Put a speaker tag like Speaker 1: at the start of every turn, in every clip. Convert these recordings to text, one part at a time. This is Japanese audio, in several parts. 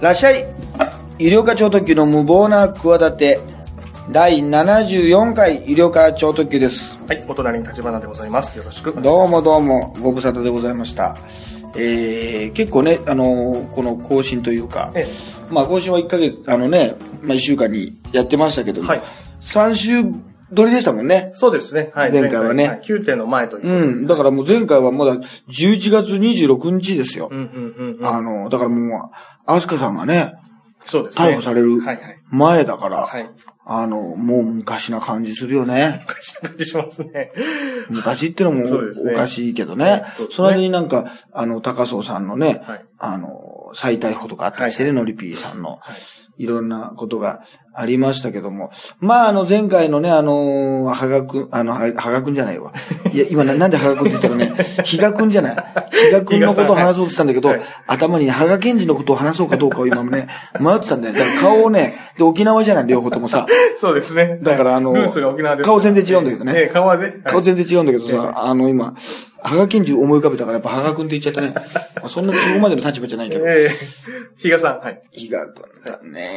Speaker 1: らっしゃい医療課長特急の無謀な企て第74回医療課長特急です
Speaker 2: はい、お隣に立花でございます。よろしく。
Speaker 1: どうもどうもご無沙汰でございましたえー、結構ね、あのーこの更新というか、
Speaker 2: え
Speaker 1: まあ更新は1ヶ月、あのね、まあ1週間にやってましたけども、
Speaker 2: はい
Speaker 1: 3週撮りでしたもんね。
Speaker 2: そうですね。はい。
Speaker 1: 前回はね
Speaker 2: 前い9点の前ということで。
Speaker 1: うん。だからもう前回はまだ11月26日ですよ。
Speaker 2: うんうんうんう
Speaker 1: あ
Speaker 2: ん。
Speaker 1: の、だからもう、アスカさんがね、
Speaker 2: そうですね。
Speaker 1: 逮捕される
Speaker 2: はいはい。
Speaker 1: 前だから、
Speaker 2: はい。
Speaker 1: あの、もう昔な感じするよね。
Speaker 2: おかしな感じしますね。
Speaker 1: 昔ってのも
Speaker 2: そうです
Speaker 1: お
Speaker 2: ね
Speaker 1: かしいけどね。
Speaker 2: そうですね
Speaker 1: それになんか、あの、高荘さんのね、
Speaker 2: はい。
Speaker 1: あの、再逮捕とかあったりしてね、ノリピーさんの
Speaker 2: はい、
Speaker 1: いろんなことがありましたけども。まあ、あの、前回のね、あの、はがくん、あの、ははがくんじゃないわ。いや、今 な、なんではがくんって言ったらね、比嘉くんじゃない。比嘉くんのことを話そうとしたんだけど、
Speaker 2: はい
Speaker 1: 頭にね羽賀健二のことを話そうかどうかを今もね、迷ってたんだよ。だから顔をね、で、沖縄じゃない、両方ともさ。
Speaker 2: そうですね。
Speaker 1: だからあの
Speaker 2: ルーツが沖縄です。
Speaker 1: 顔全然違うんだけどね
Speaker 2: ええ、顔はね。
Speaker 1: 顔
Speaker 2: 然
Speaker 1: 全然違うんだけどさ、あの今、羽賀健二を思い浮かべたからやっぱ羽賀くんって言っちゃったね。まあそんなそこまでの立場じゃないけど。
Speaker 2: ええ。比嘉さん、はい。
Speaker 1: 比嘉くんだね、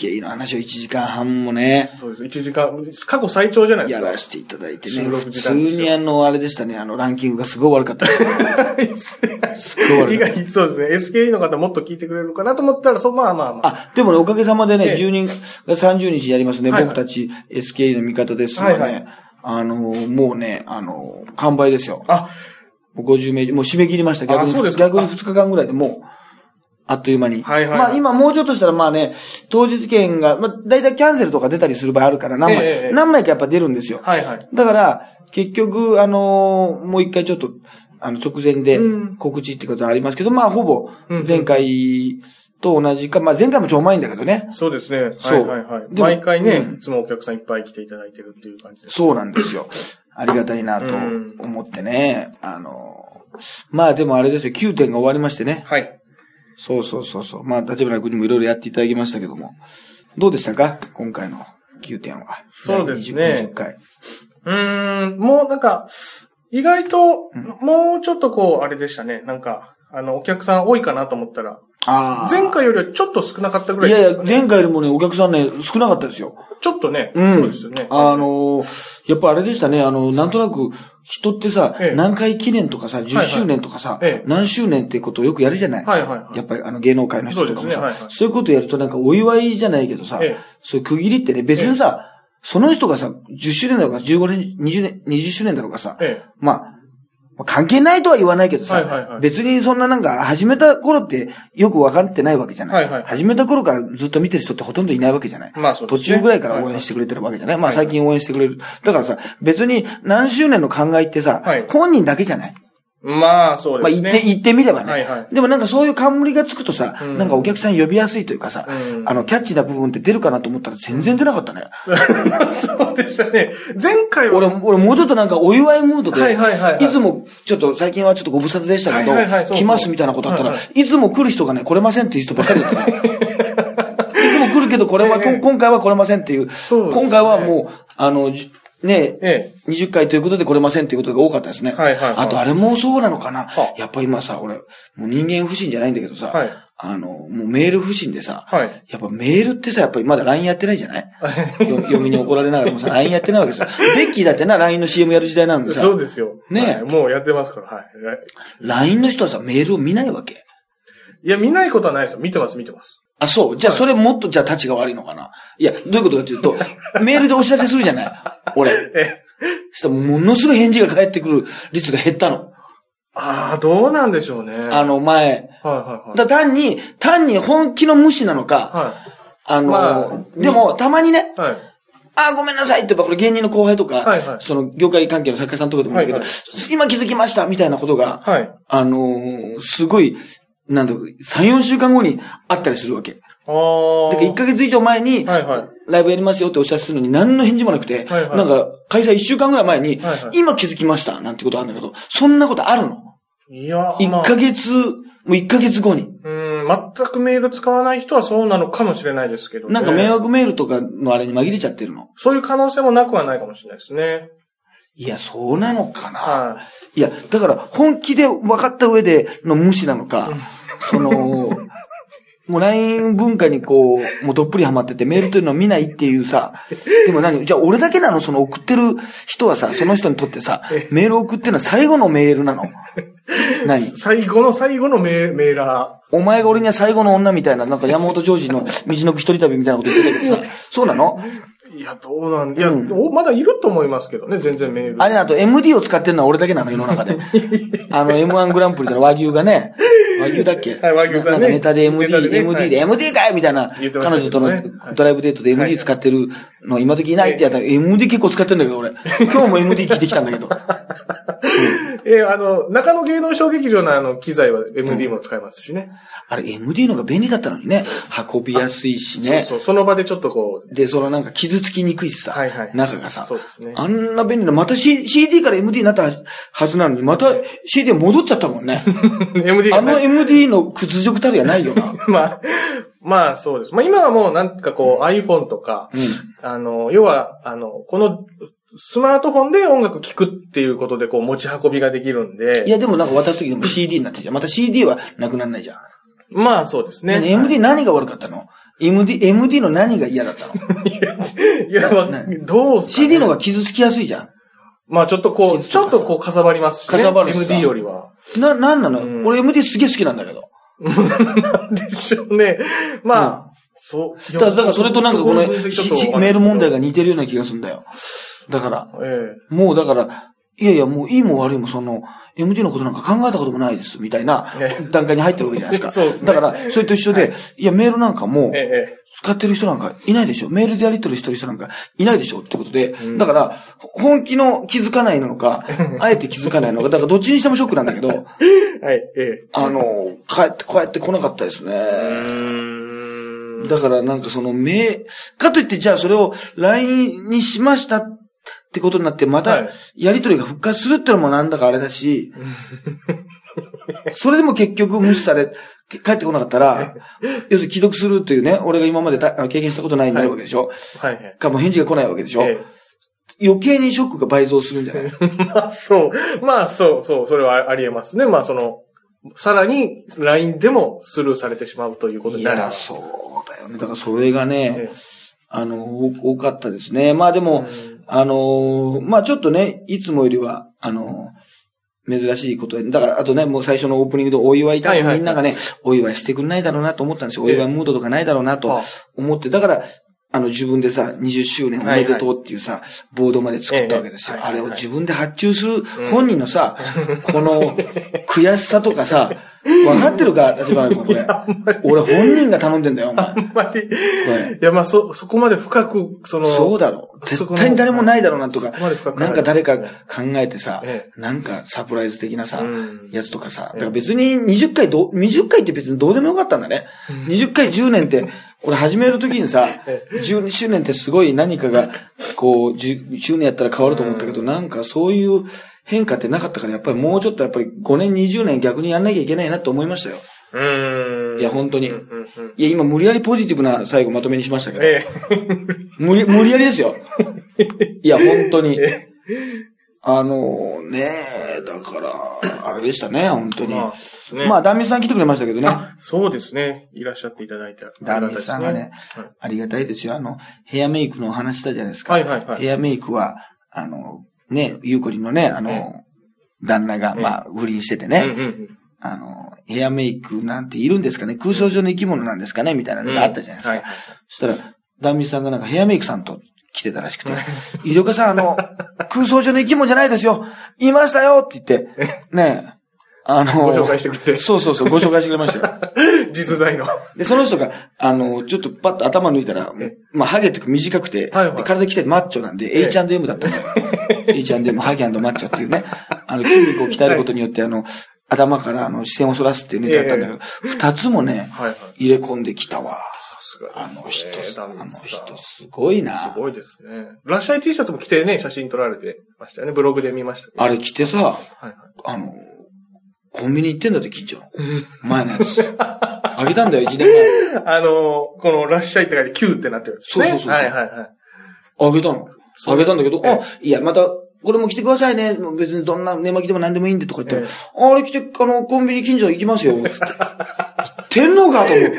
Speaker 1: SKE の話を1時間半もね、
Speaker 2: そうです。1時間、過去最長じゃないで
Speaker 1: や
Speaker 2: す から
Speaker 1: せていただいてね、
Speaker 2: 収録
Speaker 1: 普
Speaker 2: 時
Speaker 1: 通
Speaker 2: 間ですよ
Speaker 1: にあの、あれでしたね、あの、ランキングがすごい悪かった です。
Speaker 2: す
Speaker 1: ごい悪い
Speaker 2: 意外、そうですね。SKE の方もっと聞いてくれるかなと思ったら、そう、まあまあまあ。
Speaker 1: あ、でもね、おかげさまでね、
Speaker 2: ええ
Speaker 1: 12月30日やりますね、
Speaker 2: はいは
Speaker 1: 僕
Speaker 2: い
Speaker 1: たち SKE の味方ですがね、
Speaker 2: はいはい
Speaker 1: あの、もうね、あの、完売ですよ。
Speaker 2: あ、
Speaker 1: もう50名、もう締め切りました。逆
Speaker 2: あそうで
Speaker 1: に、
Speaker 2: すか
Speaker 1: 逆に2日間ぐらいでもう、あっという間に。
Speaker 2: はいはい
Speaker 1: まあ今もうちょっとしたらまあね、当日券が、まあ大体キャンセルとか出たりする場合あるから、何枚、
Speaker 2: ええええ
Speaker 1: 何枚かやっぱ出るんですよ。
Speaker 2: はいはい。
Speaker 1: だから、結局、あのーもう一回ちょっと、あの、直前で
Speaker 2: うん
Speaker 1: 告知ってことはありますけど、まあ、ほぼ
Speaker 2: うんう、ん
Speaker 1: 前回と同じか、まあ、前回も超前いんだけどね。
Speaker 2: そうですね。はい
Speaker 1: そう
Speaker 2: はいはい。
Speaker 1: でも
Speaker 2: 毎回
Speaker 1: う
Speaker 2: ね
Speaker 1: ん、
Speaker 2: いつもお客さんいっぱい来ていただいてるっていう感じです。
Speaker 1: そうなんですよ。ありがたいなと
Speaker 2: うん
Speaker 1: 思ってね。あのーまあ、でもあれですよ、9点が終わりましてね。
Speaker 2: はい。
Speaker 1: そうそうそうそう。まあ、立花君にもいろいろやっていただきましたけども。どうでしたか今回の9点は。
Speaker 2: そうですね
Speaker 1: 第20 20回。
Speaker 2: うーん、もうなんか、意外と
Speaker 1: うん、
Speaker 2: もうちょっとこう、あれでしたね。なんか、あの、お客さん多いかなと思ったら、
Speaker 1: ああ。
Speaker 2: 前回よりはちょっと少なかったぐら
Speaker 1: い
Speaker 2: い、
Speaker 1: やいや、前回よりもね、お客さんね、少なかったですよ。
Speaker 2: ちょっとね、
Speaker 1: うん。
Speaker 2: そうですよね。
Speaker 1: あのー、やっぱあれでしたね、あの、なんとなく、人ってさ、
Speaker 2: ええ
Speaker 1: 何回記念とかさ、10
Speaker 2: はい
Speaker 1: 周年とかさ、
Speaker 2: ええ
Speaker 1: 何周年ってことをよくやるじゃない、
Speaker 2: はいはいはい。
Speaker 1: やっぱりあの芸能界の人とかもさ、そ,、
Speaker 2: そうう
Speaker 1: い
Speaker 2: ですねはいはい
Speaker 1: いうことやるとなんかお祝いじゃないけどさ、
Speaker 2: ええ
Speaker 1: そういう区切りってね、別にさ、その人がさ、10周年だろうか、15年、20年、20周年だろうかさ、
Speaker 2: え
Speaker 1: まあ、まあ関係ないとは言わないけどさ、
Speaker 2: はいはいはい
Speaker 1: 別にそんななんか始めた頃ってよく分かってないわけじゃない,、
Speaker 2: はいはいはい
Speaker 1: 始めた頃からずっと見てる人ってほとんどいないわけじゃない、
Speaker 2: まあそう
Speaker 1: 途
Speaker 2: ですね
Speaker 1: 中ぐらいから応援してくれてるわけじゃない、まあ最近応援してくれる。だからさ、別に何周年の考えってさ、
Speaker 2: はい
Speaker 1: 本人だけじゃない
Speaker 2: えまあ、そう
Speaker 1: まあ
Speaker 2: です
Speaker 1: 言っ
Speaker 2: ね。
Speaker 1: て、言ってみればね。
Speaker 2: はいはい
Speaker 1: でもなんかそういう冠がつくとさ、
Speaker 2: うん
Speaker 1: なんかお客さん呼びやすいというかさ、
Speaker 2: うん
Speaker 1: あの、キャッチーな部分って出るかなと思ったら全然出なかったね。
Speaker 2: そうでしたね。前回は、
Speaker 1: 俺、俺もうちょっとなんかお祝いムードで、
Speaker 2: はいはいはいはい
Speaker 1: つも、ちょっと最近はちょっとご無沙汰でしたけど、
Speaker 2: はいはいはいそうそう
Speaker 1: 来ますみたいなことあったら、
Speaker 2: はいいは
Speaker 1: つも来る人がね、来れませんっていう人ばっかりだっ たね。いつも来るけど、これは、
Speaker 2: ええ
Speaker 1: 今回は来れませんっていう、
Speaker 2: そうですね
Speaker 1: 今回はもう、あの、じね、
Speaker 2: え
Speaker 1: 20回ということで来れませんっていうことが多かったですね。
Speaker 2: はいはいはい
Speaker 1: あと、あれもそうなのかな
Speaker 2: は。
Speaker 1: やっぱ今さ、俺、もう人間不信じゃないんだけどさ、
Speaker 2: はい
Speaker 1: あの、もうメール不信でさ、
Speaker 2: えはい。
Speaker 1: やっぱメールってさ、やっぱりまだ LINE やってないじゃない よ読みに怒られながらもさ、LINE やってないわけですよ。ベッキーだってな、LINE の CM やる時代なんでさ、
Speaker 2: そうですよ。
Speaker 1: ねえ
Speaker 2: はいもうやってますから、はいはい。
Speaker 1: LINE の人はさ、メールを見ないわけ。
Speaker 2: いや、見ないことはないですよ。見てます、見てます。
Speaker 1: あ、そう。じゃあそれもっと、じゃあ立ちが悪いのかな。いや、どういうことかっていう と、メールでお知らせするじゃない俺。
Speaker 2: え、
Speaker 1: したらものすごい返事が返ってくる率が減ったの。
Speaker 2: ああ、どうなんでしょうね。
Speaker 1: あの、前。
Speaker 2: はいはいはい。
Speaker 1: だ単に、単に本気の無視なのか、
Speaker 2: は
Speaker 1: あの、
Speaker 2: まあ
Speaker 1: でも、たまにね、
Speaker 2: い。はい。
Speaker 1: あーごめんなさいって、やっぱこれ芸人の後輩とか、
Speaker 2: はいはい
Speaker 1: その業界関係の作家さんとかでもいいんだけど、
Speaker 2: はいは
Speaker 1: 今気づきましたみたいなことが、
Speaker 2: はい。
Speaker 1: あのーすごい、なんだろう、3、4週間後にあったりするわけ。だ
Speaker 2: ああ。
Speaker 1: から1ヶ月以上前に、
Speaker 2: はいはい。
Speaker 1: ライブやりますよってお知らせするのに何の返事もなくて、
Speaker 2: はいはい
Speaker 1: なんか、開催1週間ぐらい前に、
Speaker 2: はいはい
Speaker 1: 今気づきましたなんてことあるんだけど、そんなことあるの
Speaker 2: いや、ま
Speaker 1: ?1
Speaker 2: あ
Speaker 1: ヶ月、もう1ヶ月後に。
Speaker 2: うーん、全くメール使わない人はそうなのかもしれないですけど、ね。
Speaker 1: なんか迷惑メールとかのあれに紛れちゃってるの。
Speaker 2: そういう可能性もなくはないかもしれないですね。
Speaker 1: いや、そうなのかな、
Speaker 2: はい
Speaker 1: や、だから、本気で分かった上での無視なのか、その、もう LINE 文化にこう、もうどっぷりハマってて、メールというのを見ないっていうさ、でも何じゃあ俺だけなのその送ってる人はさ、その人にとってさ、メールを送ってるのは最後のメールなの何
Speaker 2: 最後の最後のメメーラ
Speaker 1: お前が俺には最後の女みたいな、なんか山本ジョージの道のく一人旅みたいなこと言ってたけどさ、そうなの
Speaker 2: ー。いや、どうなんいや、
Speaker 1: うん
Speaker 2: おまだいると思いますけどね、全然メール。
Speaker 1: あれあと MD を使ってるのは俺だけなの、世の 中で。あの M1 グランプリでの和牛がね、和牛だっけ
Speaker 2: はい和牛さんね
Speaker 1: なんかネタで MD、
Speaker 2: ネタでね
Speaker 1: MD で、MD かいみたいな、
Speaker 2: 言ってました
Speaker 1: 彼
Speaker 2: け
Speaker 1: 女と
Speaker 2: どね
Speaker 1: のドライブデートで
Speaker 2: はい
Speaker 1: MD 使ってるの今時いないってやったら、MD 結構使ってんだけど、俺。今日も MD 聞いてきたんだけど。
Speaker 2: えー、あの、中野芸能小劇場のあの、機材は MD も使えますしね。
Speaker 1: あれ MD のが便利だったのにね、運びやすいしね。
Speaker 2: そうそう、その場でちょっとこう、
Speaker 1: で、そのなんか傷つきにくいしさ、
Speaker 2: はいはい
Speaker 1: 中がさ、
Speaker 2: そうですね
Speaker 1: あんな便利な、また、C、CD から MD になったはずなのに、また CD 戻っちゃったも んね。
Speaker 2: MD が
Speaker 1: あ
Speaker 2: ね
Speaker 1: の MD の屈辱たるやないよな。
Speaker 2: まあ、まあそうです。まあ今はもうなんかこう iPhone とか、あの、要は、あの、このスマートフォンで音楽聴くっていうことでこう持ち運びができるん
Speaker 1: い
Speaker 2: で、
Speaker 1: や、でもなんか渡す時でも CD になってるじゃん。また CD はなくならないじゃん。
Speaker 2: まあそうですね。
Speaker 1: ね、MD 何が悪かったの ?MD、MD の何が嫌だったの
Speaker 2: いや、まあ
Speaker 1: ね
Speaker 2: どうすかね
Speaker 1: ?CD の方が傷つきやすいじゃ
Speaker 2: まあちょっとこう、ちょっとこうかさばりますし、ね。
Speaker 1: かさばるしさ
Speaker 2: MD よりは。
Speaker 1: ん。な、なんなの、
Speaker 2: うん
Speaker 1: 俺 MD すげえ好きなんだけど。
Speaker 2: なんでしょうね。まあ、そう。
Speaker 1: だから、だからそれとなんかこの、
Speaker 2: 分析ちょっとわ
Speaker 1: し
Speaker 2: かんな
Speaker 1: メ
Speaker 2: い
Speaker 1: ール問題が似てるような気がするんだよ。だから、
Speaker 2: え
Speaker 1: もうだから、いやいや、もういいも悪いも、その、MD のことなんか考えたこともないです、みたいな
Speaker 2: ええ
Speaker 1: 段階に入ってるわけじゃないですか。
Speaker 2: そうですね
Speaker 1: だから、それと一緒で、いや、メールなんかも、
Speaker 2: え。ええ。
Speaker 1: 使ってる人なんかいないでしょメールでやり取りしてる人なんかいないでしょってことで、
Speaker 2: ん
Speaker 1: だから、ほ本気の気づかないなの か、あえて気づかないのか、だからどっちにしてもショックなんだけど、
Speaker 2: はい、ええ。
Speaker 1: あの、帰って、こうやって来なかったです
Speaker 2: う
Speaker 1: ね。
Speaker 2: ーん。
Speaker 1: だからなんかその、め、かといってじゃあそれを LINE にしましたってことになって、ま
Speaker 2: はい
Speaker 1: たやり取りが復活するってのもなんだかあれだ し、それでも結局無視され、け帰ってこなかった ら、要するに既読するというね、俺が今までたあの経験したことないになるわけでしょ、
Speaker 2: はい、はい。
Speaker 1: かも返事が来ないわけでしょ、
Speaker 2: ええ
Speaker 1: 余計にショックが倍増するんじゃない
Speaker 2: まあ そう。まあそう、そう、それはあありえますね。まあその、さらに LINE でもスルーされてしまうということ
Speaker 1: い
Speaker 2: になる。
Speaker 1: や、そうだよね。だからそれがね、
Speaker 2: え
Speaker 1: あの、多多かったですね。まあで
Speaker 2: え
Speaker 1: も、あのーまあちょっとね、いつもよりは、あのー珍しいことで、だから、あとね、もう最初のオープニングでお祝いだ、
Speaker 2: はいはい
Speaker 1: みんながね、お祝いしてくんないだろうなと思ったんですよ。お
Speaker 2: ええ
Speaker 1: 祝いムードとかないだろうなと
Speaker 2: は
Speaker 1: 思って、だから、あの、自分でさ、20周年おめでとうっていうさ、ボードまで作ったわけですよ。
Speaker 2: ええ
Speaker 1: あれを
Speaker 2: はいはい
Speaker 1: 自分で発注する本人の さ、この悔しさとかさ、分かってるか、立花君、これ。俺本人が頼んでんだよ、お前。こ
Speaker 2: あんま
Speaker 1: れ
Speaker 2: り、いやまあそ、そこまで深く、その、
Speaker 1: そうだろう。
Speaker 2: そこ
Speaker 1: 絶
Speaker 2: の
Speaker 1: 対に誰もないだろうなとか
Speaker 2: そこまで深、くない
Speaker 1: なんか誰か考えてさ
Speaker 2: え、
Speaker 1: なんかサプライズ的なさ
Speaker 2: うん、
Speaker 1: やつとかさ、だ
Speaker 2: え
Speaker 1: から別に20回どう、20回って別にどうでもよかったんだね。20回10年って、俺始めるときにさ、10周年ってすごい何かが、こう、10 10年やったら変わると思ったけど、なんかそういう変化ってなかったから、やっぱりもうちょっとやっぱり5年、20年逆にやんなきゃいけないなと思いましたよ。
Speaker 2: うーん。
Speaker 1: いや、本当に。
Speaker 2: うんうんうん
Speaker 1: いや、今無理やりポジティブな最後まとめにしましたけど。
Speaker 2: え
Speaker 1: 無理、無理やりですよ。いや、本当に。あのねえ、だから、あれでしたね、本当
Speaker 2: え。
Speaker 1: に。
Speaker 2: まあ
Speaker 1: ま
Speaker 2: そうです
Speaker 1: あ、
Speaker 2: ね、
Speaker 1: ダンミさん来てくれましたけどね。
Speaker 2: あそうですね。いらっしゃっていただいてありが
Speaker 1: ダ
Speaker 2: た
Speaker 1: ン
Speaker 2: い
Speaker 1: ミ
Speaker 2: です
Speaker 1: さんがね、ありがたいですよ。あの、ヘアメイクのお話したじゃないですか。
Speaker 2: はいはいはい。
Speaker 1: ヘアメイクは、あの、ね、ゆうこりんのね、あの、旦那が、
Speaker 2: ええ
Speaker 1: まあ、不倫してて
Speaker 2: うん
Speaker 1: ね、
Speaker 2: うんうん
Speaker 1: あの、ヘアメイクなんているんですかね、空想上の生き物なんですかね、みたいなのがあったじゃないですか。
Speaker 2: うんはいはい
Speaker 1: そしたら、ダンミさんがなんかヘアメイクさんと来てたらし くて、イルカさん、あの、空想上の生き物じゃないですよいましたよって言って、ねえ、あの、
Speaker 2: ご紹介してくれて
Speaker 1: そうそうそう、ご紹介してくれましたよ。
Speaker 2: 実在の。
Speaker 1: で、その人が、あの、ちょっとパッと頭抜いたら
Speaker 2: え、
Speaker 1: まあ、ハゲというか短くて、
Speaker 2: はいはい
Speaker 1: で体鍛えてマッチョなんで、
Speaker 2: ええ
Speaker 1: H&M だった のよ。H&M、ハゲマッチョっていうね、あの、筋肉を鍛えることによって、あの、頭からあの視線をそらすっていうネタだったんだけど、二、つもね、
Speaker 2: はいはい。
Speaker 1: 入れ込んできたわ。
Speaker 2: さすが
Speaker 1: あ
Speaker 2: ですね。
Speaker 1: の人、
Speaker 2: ダ
Speaker 1: あ
Speaker 2: ン
Speaker 1: の
Speaker 2: ミさん
Speaker 1: 人すごいな。
Speaker 2: すごいですね。ラッシャイ T シャツも着てね、写真撮られてましたよね。ブログで見ましたけど。
Speaker 1: あれ着てさ、
Speaker 2: はいはい。
Speaker 1: あの、コンビニ行ってんだって近所の。前のやつ。あげたんだよ、1年前。
Speaker 2: あのー、このラッシャイって書いて Q ってなってるんですね。
Speaker 1: そうそうそうそう
Speaker 2: はいはいはい。
Speaker 1: あげたの。あげたんだけど、あ、いや、また、これも来てくださいね。別にどんな寝巻きでも何でもいいんでとか言ったら、
Speaker 2: え
Speaker 1: あれ来て、あの、コンビニ近所行きますよ。つって天皇かと思って。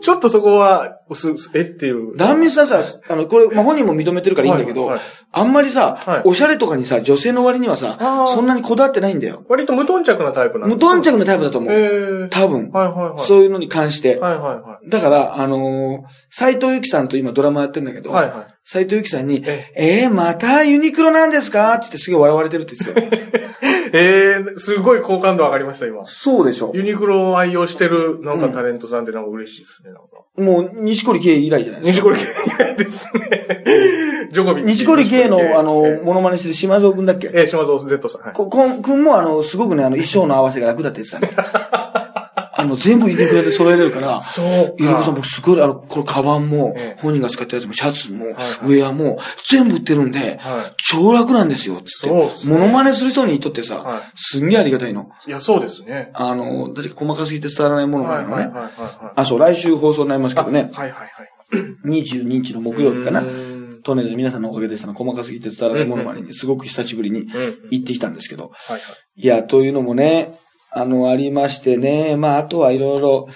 Speaker 2: ちょっとそこは、す、すえっていう。
Speaker 1: ダンミスさんさ、あの、これ、まあ、本人も認めてるからいいんだけど、
Speaker 2: はいはい
Speaker 1: あんまりさ、
Speaker 2: はい
Speaker 1: おしゃれとかにさ、女性の割にはさ、
Speaker 2: あー
Speaker 1: そんなにこだわってないんだよ。
Speaker 2: 割と無頓着なタイプなん
Speaker 1: 無頓
Speaker 2: 着
Speaker 1: 着なタイプだと思
Speaker 2: え
Speaker 1: う。
Speaker 2: ー。
Speaker 1: 多分、
Speaker 2: はいはいはい。
Speaker 1: そういうのに関して。
Speaker 2: はいはいは
Speaker 1: だから、あのー、斎藤由貴さんと今ドラマやってんだけ
Speaker 2: い。
Speaker 1: ど、
Speaker 2: はいはい。
Speaker 1: 斎藤由貴さんに、
Speaker 2: え
Speaker 1: えー、またユニクロなんですかって言ってすげえ笑われてるって言って たよ。
Speaker 2: えー、すごい好感度上がりました、今。
Speaker 1: そうでしょ
Speaker 2: ユ。ニクロを愛用してる、なんかタレントさんってなんか嬉しいですね、なんか。
Speaker 1: もう、西堀圭以来 じゃないです
Speaker 2: 西堀圭ですね。ジョコビ
Speaker 1: か。
Speaker 2: ッチ
Speaker 1: 西堀圭の、あの
Speaker 2: え、
Speaker 1: モノマネしてる島蔵くんだっけ
Speaker 2: えー、島蔵 Z さん。はい。
Speaker 1: こ、こん、くんもあの、すごくね、あの、衣装の合わせが楽だって言っ てたね。あの、全部ユニクロで揃えれるから、
Speaker 2: そう
Speaker 1: ユニクロさん
Speaker 2: か。
Speaker 1: 僕すごい、あの、これカバンも
Speaker 2: ええ、
Speaker 1: 本人が使ったやつも、シャツも、ウ
Speaker 2: はい
Speaker 1: ェアも、全部売ってるんで、
Speaker 2: は
Speaker 1: 超楽なんですよ、つっ。
Speaker 2: そうってすね
Speaker 1: モノマネする人に言っとってさ
Speaker 2: は、
Speaker 1: すんげえありがたいの。
Speaker 2: い。いや、そうですね。
Speaker 1: あの、確か細かすぎて伝わらないものま
Speaker 2: はい
Speaker 1: での
Speaker 2: はいはい
Speaker 1: ね。
Speaker 2: はいはい。
Speaker 1: あ、そう、来週放送になりますけどね、
Speaker 2: はいはいはい。
Speaker 1: 22日の木曜日かな
Speaker 2: う。ーん
Speaker 1: トネル皆さんのおかげでしたの細かすぎて伝わらないものまでに、すごく久しぶりに
Speaker 2: うんうん。
Speaker 1: 行ってきたんですけど、
Speaker 2: はいはい。
Speaker 1: いや、というのもね、あの、ありましてね、まあ、あとはいろいろ、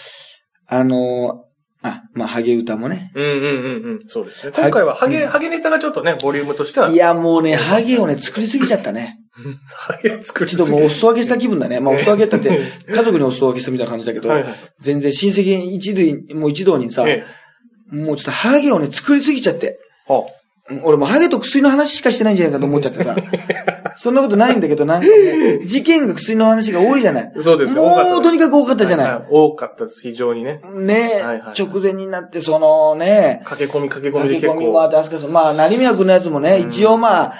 Speaker 1: あの、あ、まあ、ハゲ歌もね。
Speaker 2: うんうんうんうん。そうですね。今回はハゲ、
Speaker 1: うん
Speaker 2: ハゲネタがちょっとね、ボリュームとしては。
Speaker 1: いや、もうね、ハゲをね、作りすぎちゃったね。
Speaker 2: うん、ハゲ作り
Speaker 1: ち
Speaker 2: す
Speaker 1: ょ
Speaker 2: ぎ
Speaker 1: っともうお裾分けした気分だね。まあ、お裾分けった って、家族にお裾分けしたみたいな感じだけど、
Speaker 2: はいはい。
Speaker 1: 全然親戚一類、もう一同にさ、
Speaker 2: ええ
Speaker 1: もうちょっとハゲをね、作りすぎちゃって。
Speaker 2: は
Speaker 1: うん俺もハゲと薬の話しかしてないんじゃないかと思っちゃ ってさ。そんなことないんだけど、なんかもう、事件が薬の話が多いじゃない。
Speaker 2: あそうですね。多かった
Speaker 1: も
Speaker 2: で
Speaker 1: う
Speaker 2: す
Speaker 1: とにかく多かったじゃない。
Speaker 2: はい多かったです、非常にね。
Speaker 1: ねえ、
Speaker 2: はいはい
Speaker 1: 直前になって、そのね、
Speaker 2: 駆け込み駆け込みで
Speaker 1: 駆け
Speaker 2: 結
Speaker 1: 込みもあ
Speaker 2: 構。
Speaker 1: って、あすかさん、まあ、成宮君のやつもね、
Speaker 2: うん
Speaker 1: 一応まあ、